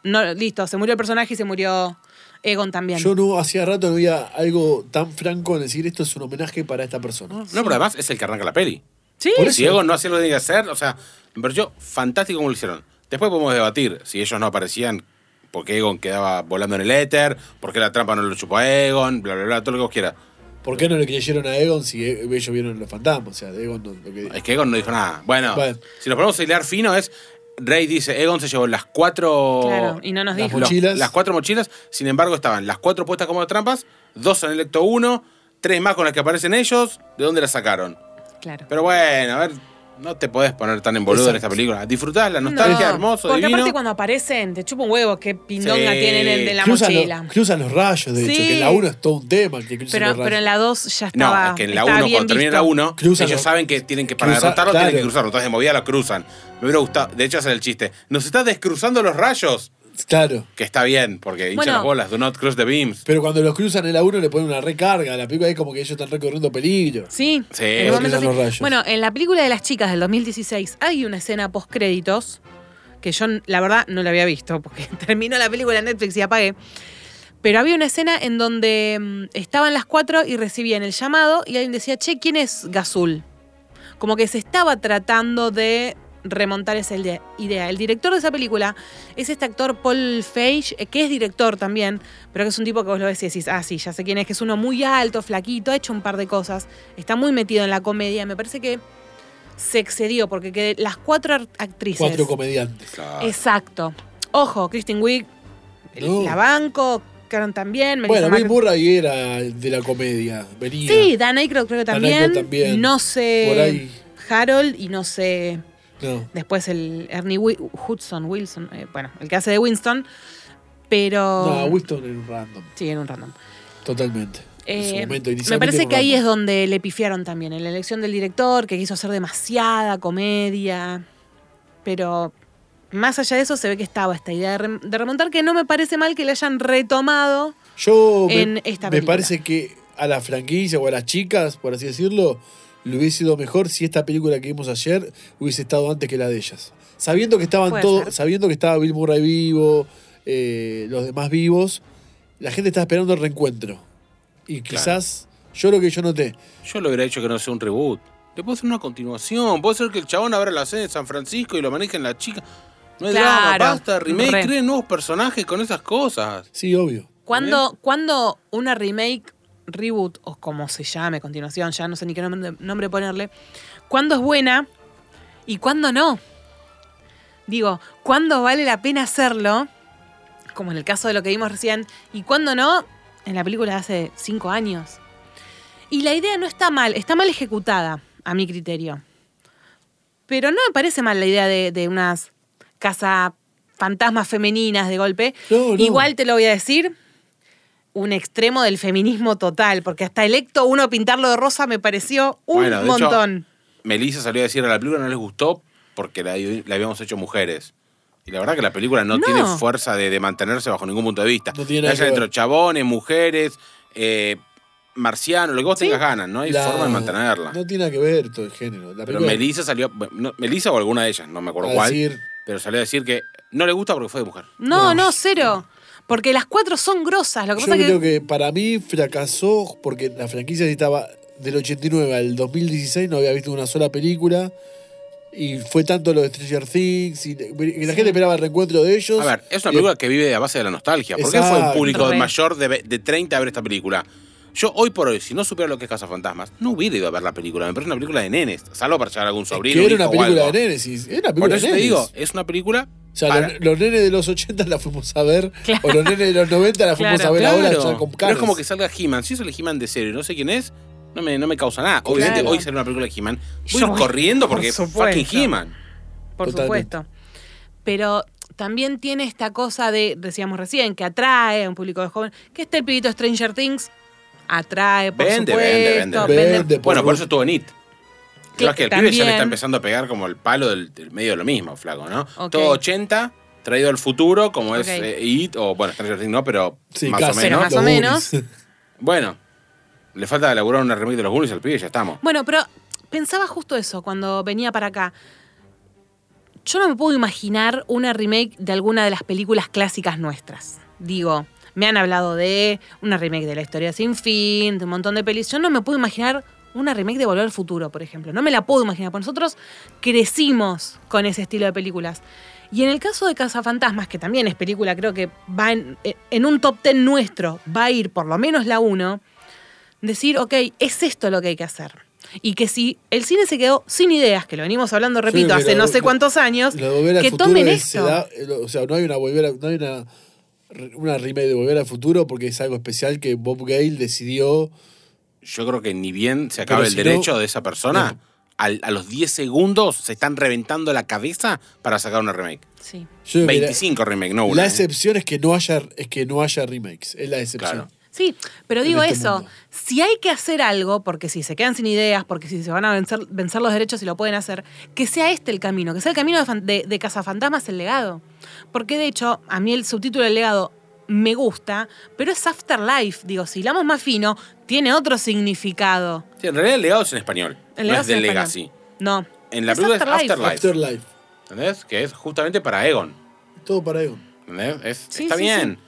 Speaker 1: no, listo, se murió el personaje y se murió Egon también.
Speaker 5: Yo no, hacía rato no había algo tan franco en decir esto es un homenaje para esta persona.
Speaker 4: no, pero además es el que arranca la peli.
Speaker 1: sí,
Speaker 5: por eso-
Speaker 4: Si Egon no hacía lo que tenía que hacer, o sea, me pareció fantástico como lo hicieron. Después podemos debatir si ellos no aparecían, porque Egon quedaba volando en el éter, porque la trampa no lo chupó a Egon, bla, bla, bla, todo lo que vos quieras.
Speaker 1: Ah.
Speaker 5: ¿Por qué no le creyeron a Egon si e- ellos vieron los fantasmas? O sea, de Egon no, lo que-
Speaker 4: Es que Egon no dijo nada. Bueno,
Speaker 5: Bueno.
Speaker 4: si nos ponemos a hilar fino es... Rey dice, Egon se llevó las cuatro...
Speaker 1: Claro, y no nos
Speaker 5: Las
Speaker 1: dijo.
Speaker 5: mochilas.
Speaker 4: Las cuatro mochilas, sin embargo, estaban las cuatro puestas como trampas, dos en el Ecto 1, tres más con las que aparecen ellos. ¿De dónde las sacaron?
Speaker 1: Claro.
Speaker 4: Pero bueno, a ver, no te podés poner tan en boludo en
Speaker 5: Exacto.
Speaker 4: esta película. Disfrutás la nostalgia,
Speaker 1: No,
Speaker 4: hermoso,
Speaker 1: Porque
Speaker 4: divino.
Speaker 1: aparte cuando aparecen, te chupa un huevo qué pindonga
Speaker 4: Sí.
Speaker 1: tienen en, en la
Speaker 5: cruzan,
Speaker 1: mochila.
Speaker 5: Los, cruzan los rayos, de hecho,
Speaker 1: Sí.
Speaker 5: que en la 1 es todo un tema. Que cruzan
Speaker 1: Pero,
Speaker 5: los
Speaker 1: pero en
Speaker 5: rayos.
Speaker 1: la 2 ya
Speaker 4: No,
Speaker 1: estaba.
Speaker 4: es que en la 1,
Speaker 1: estaba
Speaker 4: cuando
Speaker 1: bien
Speaker 4: termina
Speaker 1: visto.
Speaker 4: la 1,
Speaker 5: Cruzan
Speaker 4: ellos
Speaker 5: los-
Speaker 4: saben que tienen que, para
Speaker 5: Cruza-
Speaker 4: derrotarlo, tienen que
Speaker 5: claro.
Speaker 4: cruzarlo. Entonces de movida lo cruzan. Me hubiera gustado, de hecho, hacen el chiste. Nos está descruzando los rayos.
Speaker 5: Claro.
Speaker 4: Que está bien, porque hinchan
Speaker 1: Bueno.
Speaker 4: las bolas. Do not cross the beams.
Speaker 5: Pero cuando los cruzan en la 1 le ponen una recarga. La película es como que ellos están recorriendo peligro.
Speaker 1: Sí,
Speaker 4: Sí.
Speaker 1: en un momento
Speaker 5: Cruzan los
Speaker 1: sí.
Speaker 5: rayos.
Speaker 1: Bueno, en la película de las chicas del 2016 hay una escena post créditos que yo la verdad no la había visto porque terminó la película en Netflix y apagué. Pero había una escena en donde mm, estaban las cuatro y recibían el llamado y alguien decía, che, ¿quién es Gazul? Como que se estaba tratando de remontar esa ide- idea. El director de esa película es este actor Paul Feige, eh, que es director también, pero que es un tipo que vos lo ves y decís, ah, sí, ya sé quién es, que es uno muy alto, flaquito, ha hecho un par de cosas, está muy metido en la comedia. Me parece que se excedió porque que las cuatro ar- actrices.
Speaker 5: Cuatro ah. comediantes.
Speaker 4: Claro.
Speaker 1: Exacto. Ojo, Kristen Wiig,
Speaker 5: No.
Speaker 1: la banco, Karen también, Melissa
Speaker 5: Bueno, Bill
Speaker 1: McCarthy-
Speaker 5: Murray era de la comedia. Venía.
Speaker 1: Sí, Dan Aykroyd creo que
Speaker 5: Dan
Speaker 1: también.
Speaker 5: Aykroyd también.
Speaker 1: No sé.
Speaker 5: Por ahí.
Speaker 1: Harold y no sé.
Speaker 5: No.
Speaker 1: Después el Ernie Wi- Hudson, Wilson, eh, bueno, el que hace de Winston. Pero.
Speaker 5: No, Winston era un random.
Speaker 1: Sí, era un random.
Speaker 5: Totalmente. en su
Speaker 1: Eh,
Speaker 5: momento,
Speaker 1: me
Speaker 5: inicialmente era
Speaker 1: parece
Speaker 5: un
Speaker 1: que ahí es
Speaker 5: random.
Speaker 1: donde le pifiaron también, en la elección del director, que quiso hacer demasiada comedia. Pero más allá de eso, se ve que estaba esta idea de rem- de remontar, que no me parece mal que la hayan retomado.
Speaker 5: Yo me,
Speaker 1: en esta
Speaker 5: me
Speaker 1: película.
Speaker 5: parece que a la franquicia o a las chicas, por así decirlo, le hubiese sido mejor si esta película que vimos ayer hubiese estado antes que la de ellas. Sabiendo que estaban
Speaker 1: Puede ser.
Speaker 5: todos, sabiendo que estaba Bill Murray vivo, eh, los demás vivos, la gente estaba esperando el reencuentro. Y quizás, yo lo que yo noté,
Speaker 4: Yo lo hubiera hecho que no sea un reboot. Le puedo hacer una continuación. Puede ser que el chabón abra la sede de San Francisco y lo manejen las chicas. No hay drama,
Speaker 1: Claro.
Speaker 4: basta, remake,
Speaker 1: Re.
Speaker 4: creen nuevos personajes con esas cosas.
Speaker 5: sí, obvio.
Speaker 1: Cuando, cuando una remake, reboot, o como se llame a continuación, ya no sé ni qué nombre, nombre ponerle, cuando es buena y cuando no. Digo, cuando vale la pena hacerlo, como en el caso de lo que vimos recién, y cuando no, en la película de hace cinco años. Y la idea no está mal, está mal ejecutada, a mi criterio. Pero no me parece mal la idea de, de unas casa fantasmas femeninas de golpe.
Speaker 5: No, no.
Speaker 1: Igual te lo voy a decir, un extremo del feminismo total, porque hasta electo uno pintarlo de rosa me pareció un
Speaker 4: Bueno, de hecho,
Speaker 1: montón.
Speaker 4: Melissa salió a decir a la película no les gustó porque la, la habíamos hecho mujeres. Y la verdad que la película no,
Speaker 1: No.
Speaker 4: tiene fuerza de, de mantenerse bajo ningún punto de vista.
Speaker 5: No tiene nada
Speaker 4: Hay
Speaker 5: que ver.
Speaker 4: entre chabones, mujeres, eh, marcianos, lo que vos tengas ganas, no hay
Speaker 5: La-
Speaker 4: forma de mantenerla.
Speaker 5: No tiene nada que ver todo el género. La
Speaker 4: Pero
Speaker 5: película-
Speaker 4: Melissa salió, bueno, no, Melissa o alguna de ellas, no me acuerdo
Speaker 5: A
Speaker 4: cuál,
Speaker 5: decir-
Speaker 4: pero salió a decir que no le gusta porque fue de mujer.
Speaker 1: No,
Speaker 5: No.
Speaker 1: no, cero. Porque las cuatro son grosas. Lo que
Speaker 5: Yo
Speaker 1: pasa
Speaker 5: creo
Speaker 1: que,
Speaker 5: que para mí fracasó porque la franquicia estaba del 89 al 2016, no había visto una sola película. Y fue tanto lo de Stranger Things. Y, y la gente esperaba el reencuentro de ellos.
Speaker 4: A ver, es una
Speaker 5: Y-
Speaker 4: película que vive a base de la nostalgia. ¿Por qué fue un
Speaker 5: Exacto.
Speaker 4: público
Speaker 1: Re.
Speaker 4: mayor de, ve- de 30 a ver esta película? Yo hoy por hoy, si no supiera lo que es Cazafantasmas, no hubiera ido a ver la película. Me parece una película de nenes, salvo para llevar a algún sobrino.
Speaker 5: que
Speaker 4: un
Speaker 5: era una
Speaker 4: hijo o
Speaker 5: película
Speaker 4: algo.
Speaker 5: de Nenesis. Era una película
Speaker 4: Por eso
Speaker 5: de
Speaker 4: te
Speaker 5: nenes.
Speaker 4: digo, es una película
Speaker 5: O sea,
Speaker 4: Para-
Speaker 5: los, los nenes de los 80 la fuimos a ver,
Speaker 1: Claro.
Speaker 5: o los nenes de los 90 la fuimos
Speaker 1: Claro,
Speaker 5: a ver ahora
Speaker 4: Claro.
Speaker 5: ya con
Speaker 4: Pero
Speaker 5: caras.
Speaker 4: es como que salga He-Man. Si eso el He-Man de cero y no sé quién es, no me, no me causa nada. Obviamente,
Speaker 1: Claro.
Speaker 4: hoy sale una película de He-Man. Voy a
Speaker 1: Yo
Speaker 4: ir
Speaker 1: voy-
Speaker 4: corriendo porque
Speaker 1: por
Speaker 4: fucking
Speaker 1: supuesto.
Speaker 4: He-Man.
Speaker 1: Por
Speaker 5: Totalmente.
Speaker 1: supuesto. Pero también tiene esta cosa de, decíamos recién, que atrae a un público de joven. Que este el pibito de Stranger Things atrae, por
Speaker 4: Vende,
Speaker 1: supuesto.
Speaker 4: vende, vende.
Speaker 5: Vende,
Speaker 4: Bueno,
Speaker 5: por
Speaker 4: por
Speaker 5: favor.
Speaker 4: eso estuvo en It.
Speaker 1: Que-
Speaker 4: Lo que el pibe ya
Speaker 1: también.
Speaker 4: le está empezando a pegar como el palo del, del medio de lo mismo, flaco, ¿no?
Speaker 1: Ok.
Speaker 4: Todo 80, traído al futuro, como es
Speaker 1: Ok.
Speaker 4: eh, It, o bueno, Stranger Things no, pero
Speaker 5: Sí,
Speaker 4: más
Speaker 5: casi,
Speaker 4: o menos.
Speaker 1: Pero más
Speaker 5: los
Speaker 1: o menos.
Speaker 5: Goonies.
Speaker 4: Bueno, le falta elaborar una remake de los Goonies al pibe y ya estamos.
Speaker 1: Bueno, pero pensaba justo eso cuando venía para acá. Yo no me puedo imaginar una remake de alguna de las películas clásicas nuestras. Digo, me han hablado de una remake de La Historia Sin Fin, de un montón de pelis. Yo no me puedo imaginar una remake de Volver al Futuro, por ejemplo. No me la puedo imaginar, porque nosotros crecimos con ese estilo de películas. Y en el caso de Cazafantasmas, que también es película, creo que va en, en un top ten nuestro, va a ir por lo menos la 1 decir, ok, es esto lo que hay que hacer. Y que si el cine se quedó sin ideas, que lo venimos hablando, repito,
Speaker 5: pero
Speaker 1: hace no sé
Speaker 5: lo-
Speaker 1: cuántos años,
Speaker 5: Lo de volver al
Speaker 1: que
Speaker 5: futuro
Speaker 1: tomen
Speaker 5: es- se
Speaker 1: esto.
Speaker 5: da- eh, lo- o sea, no hay una volver a- no hay una, re- una remake de volver al futuro porque es algo especial que Bob Gale decidió.
Speaker 4: Yo creo que ni bien se acaba
Speaker 5: Pero
Speaker 4: el
Speaker 5: si no-
Speaker 4: derecho de esa persona, al- a los 10 segundos se están reventando la cabeza para sacar una remake.
Speaker 1: Sí.
Speaker 5: yo creo que la-
Speaker 4: 25 remake, no una.
Speaker 5: La
Speaker 4: ¿eh?
Speaker 5: excepción es que no haya, es que no haya remakes. Es la excepción.
Speaker 4: Claro.
Speaker 1: Sí, pero
Speaker 5: En
Speaker 1: digo
Speaker 5: este
Speaker 1: eso,
Speaker 5: mundo.
Speaker 1: si hay que hacer algo, porque si se quedan sin ideas, porque si se van a vencer, vencer los derechos y lo pueden hacer, que sea este el camino, que sea el camino de, fan- de, de Cazafantasmas el legado. Porque de hecho, a mí el subtítulo del legado me gusta, pero es Afterlife, digo, si hilamos más fino, tiene otro significado.
Speaker 4: Sí, en realidad el legado es en español,
Speaker 1: El
Speaker 4: no
Speaker 1: legado
Speaker 4: es de
Speaker 1: en español.
Speaker 4: Legacy.
Speaker 1: No.
Speaker 4: En la película es Afterlife.
Speaker 5: Afterlife.
Speaker 4: ¿Entendés? Que es justamente para Egon.
Speaker 5: Todo para Egon.
Speaker 4: ¿Entendés? Es-
Speaker 1: Sí,
Speaker 4: está
Speaker 1: sí,
Speaker 4: bien.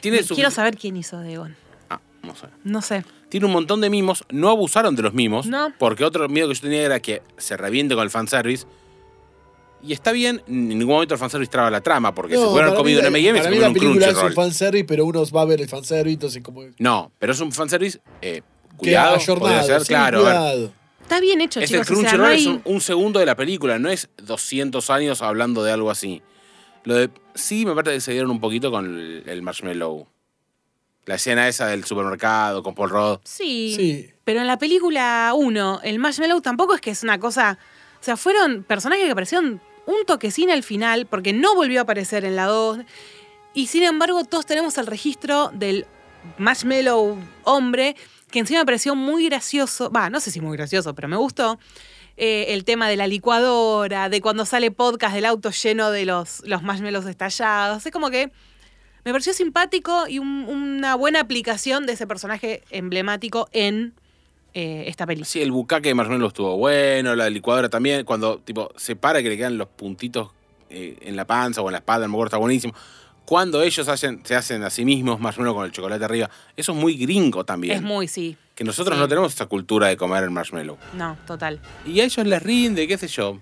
Speaker 4: Tiene su-
Speaker 1: Quiero saber quién hizo de Egon.
Speaker 4: Ah, no sé.
Speaker 1: No sé.
Speaker 4: Tiene un montón de mimos. No abusaron de los mimos.
Speaker 1: No.
Speaker 4: Porque otro miedo que yo tenía era que se reviente con el fanservice. Y está bien, en ningún momento el fanservice traba la trama, porque se
Speaker 5: No,
Speaker 4: hubieran
Speaker 5: para mí
Speaker 4: comido
Speaker 5: la-
Speaker 4: un M&M y se
Speaker 5: Para mí la
Speaker 4: comieron un
Speaker 5: película es un
Speaker 4: Crunchyroll.
Speaker 5: fanservice, pero uno va a ver el fanservice, entonces como. que
Speaker 4: No, pero es un fanservice eh, cuidado. podría
Speaker 5: ayornado,
Speaker 4: ser,
Speaker 5: sí,
Speaker 4: claro. a ver.
Speaker 5: cuidado.
Speaker 1: Está bien hecho,
Speaker 4: Es el
Speaker 1: chicos. o sea,
Speaker 4: Crunchyroll,
Speaker 1: no
Speaker 4: es
Speaker 1: hay-
Speaker 4: un, un segundo de la película, no es 200 años hablando de algo así. Lo de, sí, me parece que se dieron un poquito con el, el marshmallow. La escena esa del supermercado con Paul Rudd.
Speaker 1: Sí.
Speaker 5: Sí.
Speaker 1: Pero en la película 1, el Marshmallow tampoco es que es una cosa. O sea, fueron personajes que aparecieron un toquecín al final, porque no volvió a aparecer en la 2. Y sin embargo, todos tenemos el registro del Marshmallow hombre, que encima me pareció muy gracioso. Va, no sé si muy gracioso, pero me gustó. Eh, el tema de la licuadora, de cuando sale podcast del auto lleno de los, los marshmallows estallados. Es como que me pareció simpático y un- una buena aplicación de ese personaje emblemático en eh, esta película.
Speaker 4: Sí, el bucaque de marshmallow estuvo bueno, la licuadora también. Cuando tipo se para que le quedan los puntitos eh, en la panza o en la espalda, a lo mejor está buenísimo. Cuando ellos hacen, se hacen a sí mismos marshmallow con el chocolate arriba, eso es muy gringo también.
Speaker 1: Es muy, sí.
Speaker 4: que nosotros
Speaker 1: sí.
Speaker 4: no tenemos esa cultura de comer el marshmallow.
Speaker 1: No, total.
Speaker 4: y a ellos les rinde, qué sé yo.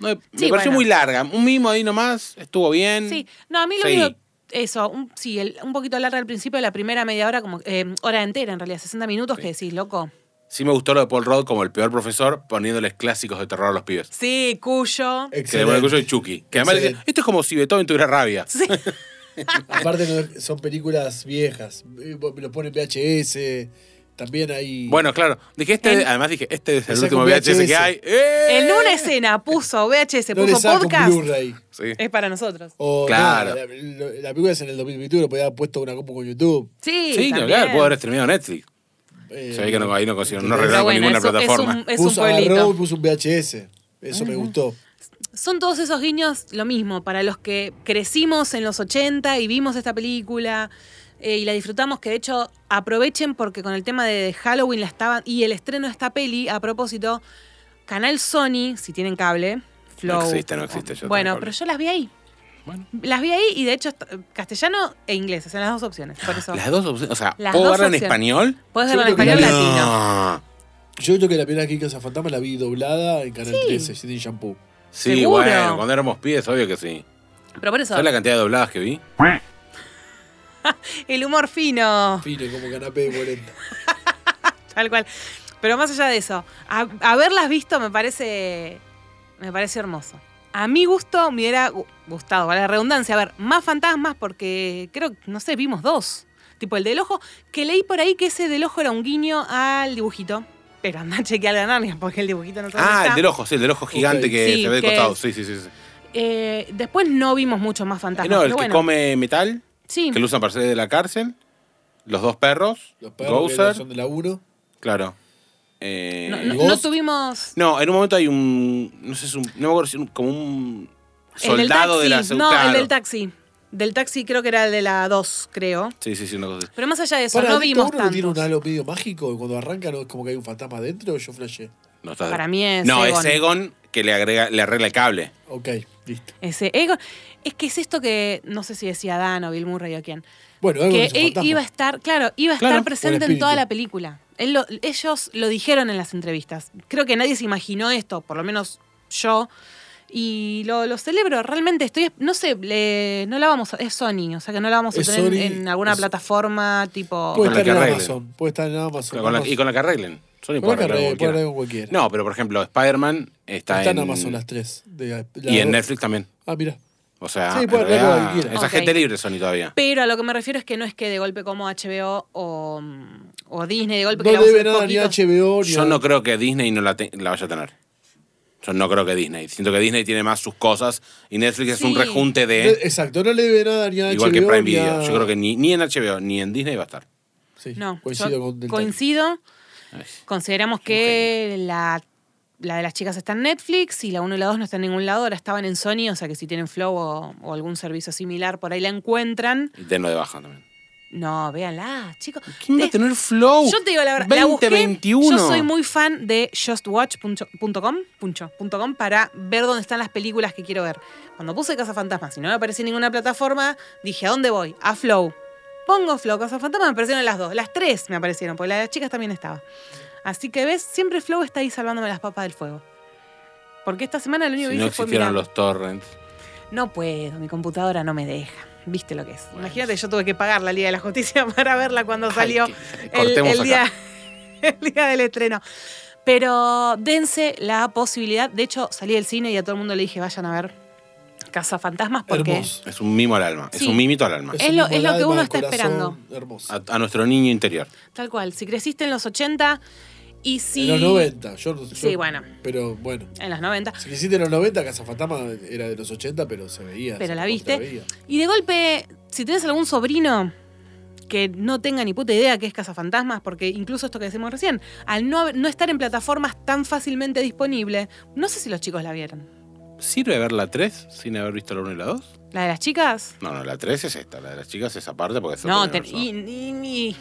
Speaker 4: No, me
Speaker 1: Sí,
Speaker 4: pareció
Speaker 1: bueno.
Speaker 4: muy larga. Un mimo ahí nomás, estuvo bien.
Speaker 1: Sí, Mm. no, a mí lo
Speaker 4: Sí.
Speaker 1: único- Eso, un, sí, el- un poquito larga al principio, la primera media hora, como eh, hora entera en realidad, 60 minutos, que decís, loco.
Speaker 4: Sí me gustó lo de Paul Rudd como el peor profesor poniéndoles clásicos de terror a los pibes.
Speaker 1: Sí, cuyo.
Speaker 4: Que le pone el cuello de Chucky. Que además le dice,
Speaker 5: Excelente.
Speaker 4: esto es como si Beethoven tuviera rabia.
Speaker 1: Sí.
Speaker 5: Aparte no- son películas viejas. Eh, vos- Lo ponen VHS. También hay.
Speaker 4: Bueno, claro. Dije, este,
Speaker 1: El-
Speaker 4: además dije, este es el
Speaker 5: Le saca
Speaker 4: último
Speaker 5: un
Speaker 4: VHS, que
Speaker 5: VHS.
Speaker 4: hay. ¡Eh!
Speaker 1: En una escena puso VHS,
Speaker 5: no le
Speaker 1: puso
Speaker 5: saco un
Speaker 1: podcast.
Speaker 5: Blu-ray.
Speaker 4: Sí.
Speaker 1: Es para nosotros.
Speaker 5: O
Speaker 4: Claro.
Speaker 5: nada, la, lo- la película es en el 2021, podía haber puesto una compu con YouTube.
Speaker 1: Sí,
Speaker 4: Sí, ni
Speaker 1: también.
Speaker 4: hablar, puedo haber estremeado Netflix.
Speaker 5: eh,
Speaker 4: Se ve que no, ahí no consiguieron, no
Speaker 5: Pero
Speaker 4: arreglaron con
Speaker 1: bueno,
Speaker 4: ninguna
Speaker 1: es un- es un-
Speaker 4: plataforma.
Speaker 1: es un
Speaker 5: puso,
Speaker 1: pueblito.
Speaker 5: agarró y puso un VHS. Eso me gustó.
Speaker 1: Son todos esos guiños lo mismo, para los que crecimos en los 80 y vimos esta película eh, y la disfrutamos, que de hecho aprovechen porque con el tema de Halloween la estaban y el estreno de esta peli, a propósito, Canal Sony, si tienen cable, Flow.
Speaker 4: existe, no existe, yo tengo
Speaker 1: Bueno,
Speaker 4: cable.
Speaker 1: pero yo las vi ahí.
Speaker 4: Bueno.
Speaker 1: Las vi ahí y de hecho est- castellano e inglés, son las dos opciones, por eso.
Speaker 4: Las dos opciones, o sea,
Speaker 1: Las
Speaker 4: ¿puedo
Speaker 1: dos
Speaker 4: verla en
Speaker 1: opciones.
Speaker 4: español?
Speaker 1: Puedes
Speaker 5: Yo
Speaker 1: verlo en
Speaker 5: creo que
Speaker 1: español
Speaker 5: la-
Speaker 1: latino.
Speaker 4: No.
Speaker 5: Yo creo que la primera que hice a Fantasma la vi doblada en Canal 13, sin shampoo.
Speaker 4: Sí,
Speaker 1: Seguro.
Speaker 4: bueno, cuando éramos pibes, obvio que sí.
Speaker 1: Pero por eso,
Speaker 4: ¿Sabes la cantidad de dobladas que vi?
Speaker 1: el humor fino.
Speaker 5: Fino, como canapé de polenta.
Speaker 1: Tal cual. Pero más allá de eso, a- haberlas visto me parece. me parece hermoso. a mi gusto me hubiera gu- gustado, para la redundancia, a ver más fantasmas porque creo, no sé, vimos dos. Tipo el del ojo, que leí por ahí que ese del ojo era un guiño al dibujito. Pero anda a chequear la Narnia porque el dibujito no sabe.
Speaker 4: Ah, el del ojo, sí, el del ojo gigante
Speaker 5: Ok.
Speaker 4: que
Speaker 1: Sí,
Speaker 4: se ve de
Speaker 1: que-
Speaker 4: costado. Sí, sí, sí. sí.
Speaker 1: Eh, después no vimos mucho más fantasmas.
Speaker 4: Eh, no, el
Speaker 1: pero
Speaker 4: que
Speaker 1: bueno.
Speaker 4: come metal,
Speaker 1: Sí.
Speaker 4: que lo usan para salir de la cárcel. Los dos perros.
Speaker 5: Los perros que
Speaker 4: Gozer,
Speaker 5: son de la 1.
Speaker 4: Claro. Eh,
Speaker 1: No, no-
Speaker 5: ¿Ghost?
Speaker 1: no tuvimos.
Speaker 4: No, en un momento hay un. No sé, es un, no me acuerdo si es un- como un
Speaker 1: el del
Speaker 4: soldado de la
Speaker 1: taxi.
Speaker 4: segunda.
Speaker 1: No, el del taxi. Del taxi creo que era el de la 2, creo.
Speaker 4: Sí, sí, sí, una cosa así.
Speaker 1: Pero más allá de eso,
Speaker 5: Para,
Speaker 1: no
Speaker 5: ¿Dicto
Speaker 1: vimos
Speaker 5: uno no tiene
Speaker 1: tanto.
Speaker 5: un halo medio mágico? Cuando arranca no es como que hay un fantasma adentro. Yo flashé.
Speaker 4: No, estás-
Speaker 1: Para mí es
Speaker 4: No,
Speaker 1: Egon.
Speaker 4: es Egon que le, agrega, le arregla el cable.
Speaker 5: Ok, listo.
Speaker 1: Ese ego. Es que es esto que no sé si decía Dan o Bill Murray o quién.
Speaker 5: Bueno, algo
Speaker 1: que
Speaker 5: es un
Speaker 1: él
Speaker 5: fantasma.
Speaker 1: iba a estar, claro, iba a
Speaker 4: Claro,
Speaker 1: estar
Speaker 4: por
Speaker 1: presente en
Speaker 5: espíritu.
Speaker 1: toda la película. Él lo- ellos lo dijeron en las entrevistas. Creo que nadie se imaginó esto, por lo menos yo. Y lo, lo celebro, realmente estoy, no sé, le- no la vamos a, es Sony, o sea que no la vamos a
Speaker 5: Es
Speaker 1: tener
Speaker 5: Sony,
Speaker 1: en alguna
Speaker 5: es-
Speaker 1: plataforma tipo...
Speaker 5: Puede
Speaker 4: Con la
Speaker 5: estar
Speaker 4: que
Speaker 5: en
Speaker 4: arreglen.
Speaker 5: Amazon. Puede estar en Amazon.
Speaker 4: Con la-
Speaker 5: Amazon.
Speaker 4: y con la que arreglen. Sony
Speaker 5: Con la
Speaker 4: puede
Speaker 5: que
Speaker 4: arreglar
Speaker 5: arreglen,
Speaker 4: como
Speaker 5: puede
Speaker 4: quiera.
Speaker 5: arreglar con cualquiera.
Speaker 4: No, pero por ejemplo, Spider-Man está,
Speaker 5: Está en Amazon las 3.
Speaker 4: Y en Netflix también.
Speaker 5: Ah, mira.
Speaker 4: O sea,
Speaker 5: Sí,
Speaker 4: en
Speaker 5: puede arreglar
Speaker 4: realidad,
Speaker 5: como quiera.
Speaker 4: esa
Speaker 1: Ok.
Speaker 4: gente libre Sony todavía.
Speaker 1: Pero a lo que me refiero es que no es que de golpe como HBO o, mm, o Disney, de golpe que la
Speaker 5: No
Speaker 1: vamos a
Speaker 5: debe
Speaker 1: ver
Speaker 5: nada ni
Speaker 1: poquitos.
Speaker 5: HBO ni
Speaker 4: Yo
Speaker 5: a-
Speaker 4: no creo que Disney no la, te- la vaya a tener. Yo no creo que Disney. Siento que Disney tiene más sus cosas y Netflix es un
Speaker 1: Sí.
Speaker 4: rejunte
Speaker 5: Ne-
Speaker 4: de.
Speaker 5: Exacto, no le debe nada ni a
Speaker 4: ¿eh? Igual
Speaker 5: HBO
Speaker 4: que Prime
Speaker 5: ni
Speaker 4: Video.
Speaker 5: a-
Speaker 4: Yo creo que ni, ni en HBO ni en Disney va a estar.
Speaker 5: Sí,
Speaker 1: No,
Speaker 5: coincido
Speaker 1: yo
Speaker 5: con Del
Speaker 1: coincido.
Speaker 4: Ay.
Speaker 1: Consideramos que la, la de las chicas está en Netflix y la 1 y la 2 no está en ningún lado, ahora estaban en Sony, o sea que si tienen Flow o, o algún servicio similar por ahí la encuentran.
Speaker 4: Y tenlo de baja también.
Speaker 1: No, véanla, chicos.
Speaker 4: ¿Quién va a
Speaker 1: Es-
Speaker 4: tener flow?
Speaker 1: Yo te digo la verdad, la busqué.
Speaker 4: 2021.
Speaker 1: Yo soy muy fan de justwatch.com puncho, punto com, para ver dónde están las películas que quiero ver. Cuando puse Casa Fantasmas y no me aparecía en ninguna plataforma, dije, ¿a dónde voy? A Flow. Pongo Flow, Casa Fantasmas, me aparecieron las dos. Las tres me aparecieron, porque la de las chicas también estaba. Así que ves, siempre Flow está ahí salvándome las papas del fuego. Porque esta semana lo único
Speaker 4: Si
Speaker 1: que
Speaker 4: no
Speaker 1: hice fue
Speaker 4: existieran
Speaker 1: mirar.
Speaker 4: los torrents.
Speaker 1: No puedo, mi computadora no me deja. Viste lo que es.
Speaker 4: Bueno.
Speaker 1: Imagínate, yo tuve que pagar la Liga de la Justicia para verla cuando salió
Speaker 4: Ay, que-
Speaker 1: el,
Speaker 4: cortemos
Speaker 1: el
Speaker 4: acá.
Speaker 1: día, el día del estreno. Pero dense la posibilidad. De hecho, salí del cine y a todo el mundo le dije, vayan a ver Casa Fantasmas
Speaker 5: Tec.
Speaker 1: porque
Speaker 5: Hermoso.
Speaker 4: Es un mimo al alma. Es
Speaker 1: Sí.
Speaker 4: un mimito al alma.
Speaker 1: Es lo-
Speaker 5: un
Speaker 1: es lo que
Speaker 5: alma,
Speaker 1: uno está
Speaker 5: corazón,
Speaker 1: esperando.
Speaker 5: Hermoso.
Speaker 4: A, a nuestro niño interior.
Speaker 1: tal cual, si creciste en los 80 y si...
Speaker 5: En los 90. Yo, no-
Speaker 1: Sí,
Speaker 5: yo-
Speaker 1: bueno.
Speaker 5: Pero bueno.
Speaker 1: En los 90.
Speaker 5: Si quisiste en los 90, Casa Fantasma era de los 80, pero se veía.
Speaker 1: Pero
Speaker 5: se
Speaker 1: la viste.
Speaker 5: veía.
Speaker 1: Y de golpe, si tenés algún sobrino que no tenga ni puta idea qué es Cazafantasmas, porque incluso esto que decimos recién, al no, no estar en plataformas tan fácilmente disponible, no sé si los chicos la vieron.
Speaker 4: ¿Sirve ver la 3 sin haber visto la 1 y la 2?
Speaker 1: ¿La de las chicas?
Speaker 4: No, no, la 3 es esta. La de las chicas es aparte porque es
Speaker 1: No,
Speaker 4: otro
Speaker 1: te-
Speaker 4: universo.
Speaker 1: y- y- y-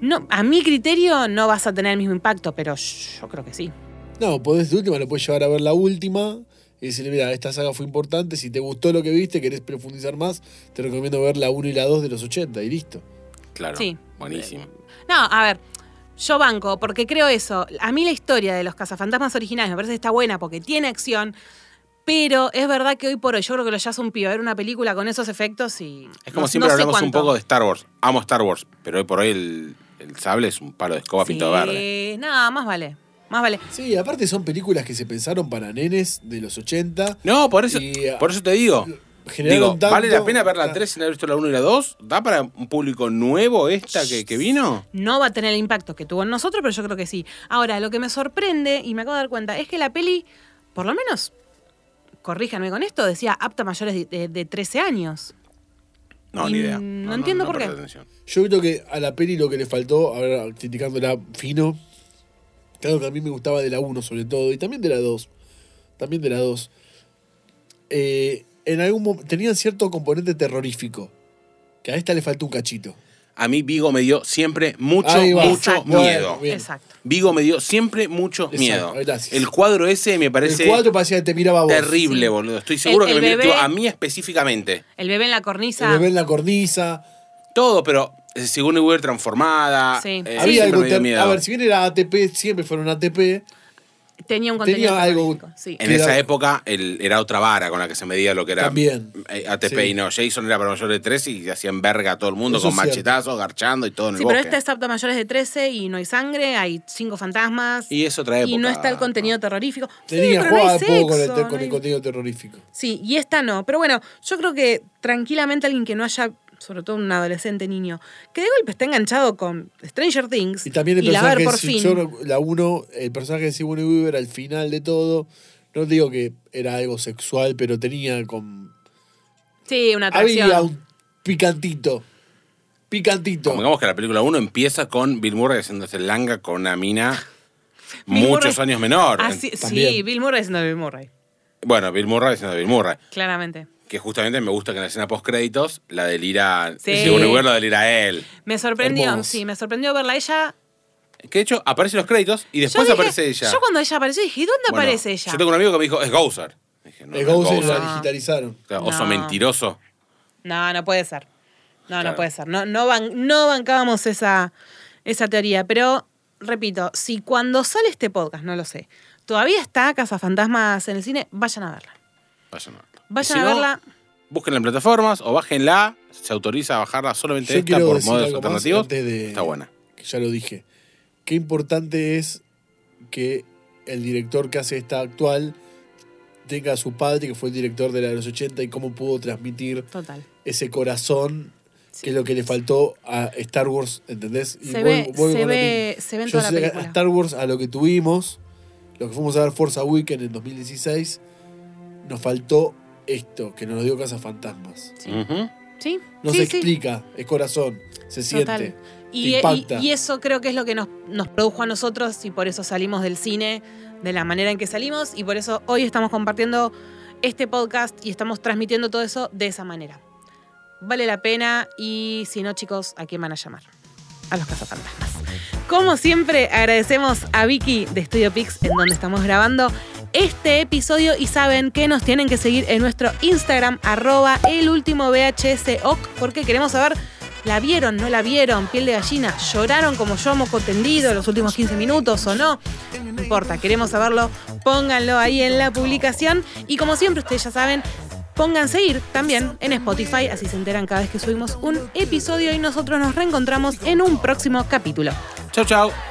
Speaker 1: no, a mi criterio no vas a tener el mismo impacto, pero yo creo que sí.
Speaker 5: No, podés de última, lo podés llevar a ver la última y decirle, mira, esta saga fue importante, si te gustó lo que viste, querés profundizar más, te recomiendo ver la 1 y la 2 de los 80 y listo.
Speaker 4: Claro.
Speaker 1: Sí. Eh,
Speaker 4: Buenísimo.
Speaker 1: No, a ver, yo banco, porque creo eso. A mí la historia de los cazafantasmas originales me parece que está buena porque tiene acción, pero es verdad que hoy por hoy yo creo que lo ya es un pibe ver una película con esos efectos y.
Speaker 4: Es como
Speaker 1: no-
Speaker 4: siempre
Speaker 1: no sé
Speaker 4: hablamos un
Speaker 1: cuánto.
Speaker 4: poco de Star Wars. Amo Star Wars, pero hoy por hoy el, el sable es un palo de escoba pintado verde.
Speaker 1: Sí, nada, más vale. Más vale.
Speaker 5: Sí, aparte son películas que se pensaron para nenes de los 80.
Speaker 4: No, por eso,
Speaker 5: Y, ah,
Speaker 4: por eso te digo.
Speaker 5: generaron
Speaker 4: Digo, ¿vale
Speaker 5: tanto-
Speaker 4: la pena ver la
Speaker 5: Ah.
Speaker 4: 3 sin haber visto la 1 y la 2? ¿Da para un público nuevo esta que, que vino?
Speaker 1: No va a tener el impacto que tuvo en nosotros, pero yo creo que sí. Ahora, lo que me sorprende, y me acabo de dar cuenta, es que la peli, por lo menos, corríjanme con esto, decía apta a mayores de- de- de 13 años.
Speaker 4: No,
Speaker 1: Y
Speaker 4: ni idea.
Speaker 1: no entiendo por qué.
Speaker 4: presté atención.
Speaker 5: Yo creo que a la peli lo que le faltó, ahora criticándola fino, claro que a mí me gustaba de la 1 sobre todo, y también de la 2. También de la 2. Eh, en algún mo- tenían cierto componente terrorífico, que a esta le faltó un cachito.
Speaker 4: A mí Vigo me dio siempre mucho,
Speaker 5: Ahí va.
Speaker 4: mucho
Speaker 1: Exacto.
Speaker 4: miedo.
Speaker 5: Bueno, bien.
Speaker 1: Exacto.
Speaker 4: Vigo me dio siempre mucho
Speaker 5: Exacto,
Speaker 4: miedo.
Speaker 5: gracias.
Speaker 4: El cuadro ese me parece
Speaker 5: el 4 parecía que te miraba a vos.
Speaker 4: terrible,
Speaker 1: Sí.
Speaker 4: boludo. Estoy seguro
Speaker 1: El-
Speaker 4: que
Speaker 1: el
Speaker 4: me
Speaker 1: bebé-
Speaker 4: metió a mí específicamente.
Speaker 1: El bebé en la
Speaker 5: El
Speaker 1: cornisa.
Speaker 5: bebé en la cornisa.
Speaker 4: Todo, pero eh, según Uber transformada.
Speaker 1: Sí.
Speaker 4: eh,
Speaker 5: Había
Speaker 4: siempre
Speaker 5: algo
Speaker 4: me dio
Speaker 5: ter-
Speaker 4: miedo.
Speaker 5: A ver, si bien era ATP, siempre fueron ATP.
Speaker 1: Tenía un
Speaker 5: Tenía
Speaker 1: contenido.
Speaker 5: algo-
Speaker 1: pornográfico, Sí.
Speaker 4: En
Speaker 5: Que
Speaker 4: esa
Speaker 5: era-
Speaker 4: época el- era otra vara con la que se medía lo que era
Speaker 5: También,
Speaker 4: eh, ATP
Speaker 5: sí.
Speaker 4: y no. Jason era para mayores de 13 y hacían verga a todo el mundo
Speaker 5: Eso
Speaker 4: con
Speaker 5: es cierto.
Speaker 4: machetazos, garchando y todo en el
Speaker 1: Sí, pero
Speaker 4: bosque.
Speaker 1: esta es apta a mayores de 13 y no hay sangre, hay cinco fantasmas.
Speaker 4: Y es otra época.
Speaker 1: y no está el contenido terrorífico. sí,
Speaker 5: Tenía
Speaker 1: pero no
Speaker 5: jugaba
Speaker 1: hay
Speaker 5: un poco con el,
Speaker 1: sexo,
Speaker 5: te-
Speaker 1: no
Speaker 5: con el
Speaker 1: hay-
Speaker 5: contenido terrorífico.
Speaker 1: Sí, y esta no. Pero bueno, yo creo que tranquilamente alguien que no haya, sobre todo un adolescente niño, que de golpe está enganchado con Stranger Things
Speaker 5: Y también el
Speaker 1: la va a
Speaker 5: personaje
Speaker 1: ver por
Speaker 5: de
Speaker 1: fin.
Speaker 5: Sir- yo, la uno, el personaje de Sigourney Weaver al final de todo, no digo que era algo sexual, pero tenía con
Speaker 1: Sí, una
Speaker 5: había
Speaker 1: atracción.
Speaker 5: un picantito. Picantito.
Speaker 4: Convengamos que la película 1 empieza con Bill Murray haciéndose el langa con una mina
Speaker 1: Bill
Speaker 4: muchos
Speaker 1: Murray-
Speaker 4: años menor. eh.
Speaker 1: Ah, sí,
Speaker 5: también.
Speaker 1: sí, Bill Murray siendo Bill Murray,
Speaker 4: Bueno, Bill Murray siendo Bill Murray.
Speaker 1: claramente.
Speaker 4: Que justamente me gusta que en la escena post-créditos la delira.
Speaker 1: Sí.
Speaker 4: Sigourney Weaver la delira a él.
Speaker 1: Me sorprendió,
Speaker 5: Hermoso.
Speaker 1: sí, me sorprendió verla a ella.
Speaker 4: Que de hecho aparecen los créditos y después
Speaker 1: Yo dije-
Speaker 4: aparece ella.
Speaker 1: Yo cuando ella apareció dije, ¿dónde
Speaker 4: Bueno,
Speaker 1: aparece ella?
Speaker 4: Yo tengo un amigo que me dijo, es Gowser. Dije, no,
Speaker 5: el
Speaker 4: no es
Speaker 5: Ghost
Speaker 4: Gowser.
Speaker 5: la digitalizaron.
Speaker 4: O sea, Oso
Speaker 1: No.
Speaker 4: mentiroso.
Speaker 1: No, no puede ser. No, no
Speaker 4: Claro.
Speaker 1: puede ser. No, no, ban- no bancábamos esa, esa teoría. Pero, repito, si cuando sale este podcast, no lo sé, todavía está Casa Fantasmas en el cine, vayan a verla.
Speaker 4: Vayan a verla.
Speaker 1: Vayan
Speaker 4: Y si
Speaker 1: a
Speaker 4: no,
Speaker 1: verla.
Speaker 4: Búsquenla en plataformas o bájenla. Se autoriza a bajarla solamente
Speaker 5: Yo
Speaker 4: esta
Speaker 5: quiero
Speaker 4: por
Speaker 5: decir
Speaker 4: modos
Speaker 5: algo más
Speaker 4: alternativos.
Speaker 5: antes de-
Speaker 4: Está buena.
Speaker 5: que ya lo dije. Qué importante es que el director que hace esta actual tenga a su padre, que fue el director de la de los 80, y cómo pudo transmitir
Speaker 1: Total.
Speaker 5: ese corazón
Speaker 1: Sí.
Speaker 5: que es lo que le faltó a Star Wars, ¿entendés? Y
Speaker 1: Se
Speaker 5: vuelvo-
Speaker 1: ve- se
Speaker 5: vuelvo con lo
Speaker 1: ve-
Speaker 5: mismo.
Speaker 1: se ve en
Speaker 5: Yo
Speaker 1: toda la
Speaker 5: sé que
Speaker 1: película.
Speaker 5: A Star Wars, a lo que tuvimos, lo que fuimos a ver Forza Weekend en 2016, nos faltó esto, que nos dio Casa Fantasmas.
Speaker 1: Sí.
Speaker 4: Ujú.
Speaker 1: Sí,
Speaker 5: No
Speaker 1: sí,
Speaker 5: se
Speaker 1: sí,
Speaker 5: explica, es corazón, se siente.
Speaker 1: total. Y,
Speaker 5: te impacta.
Speaker 1: y- y eso creo que es lo que nos, nos produjo a nosotros y por eso salimos del cine de la manera en que salimos y por eso hoy estamos compartiendo este podcast y estamos transmitiendo todo eso de esa manera. Vale la pena y si no, chicos, ¿a quién van a llamar? A los cazafantasmas. Como siempre, agradecemos a Vicky de Studio Pix, en donde estamos grabando este episodio. Y saben que nos tienen que seguir en nuestro Instagram, arroba el último VHS OC, porque queremos saber. ¿La vieron? ¿No la vieron? ¿Piel de gallina? ¿Lloraron como yo, moco tendido, los últimos 15 minutos o no? No importa, queremos saberlo. Pónganlo ahí en la publicación. Y como siempre, ustedes ya saben, Pónganse a ir también en Spotify, así se enteran cada vez que subimos un episodio y nosotros nos reencontramos en un próximo capítulo.
Speaker 4: Chau, chau.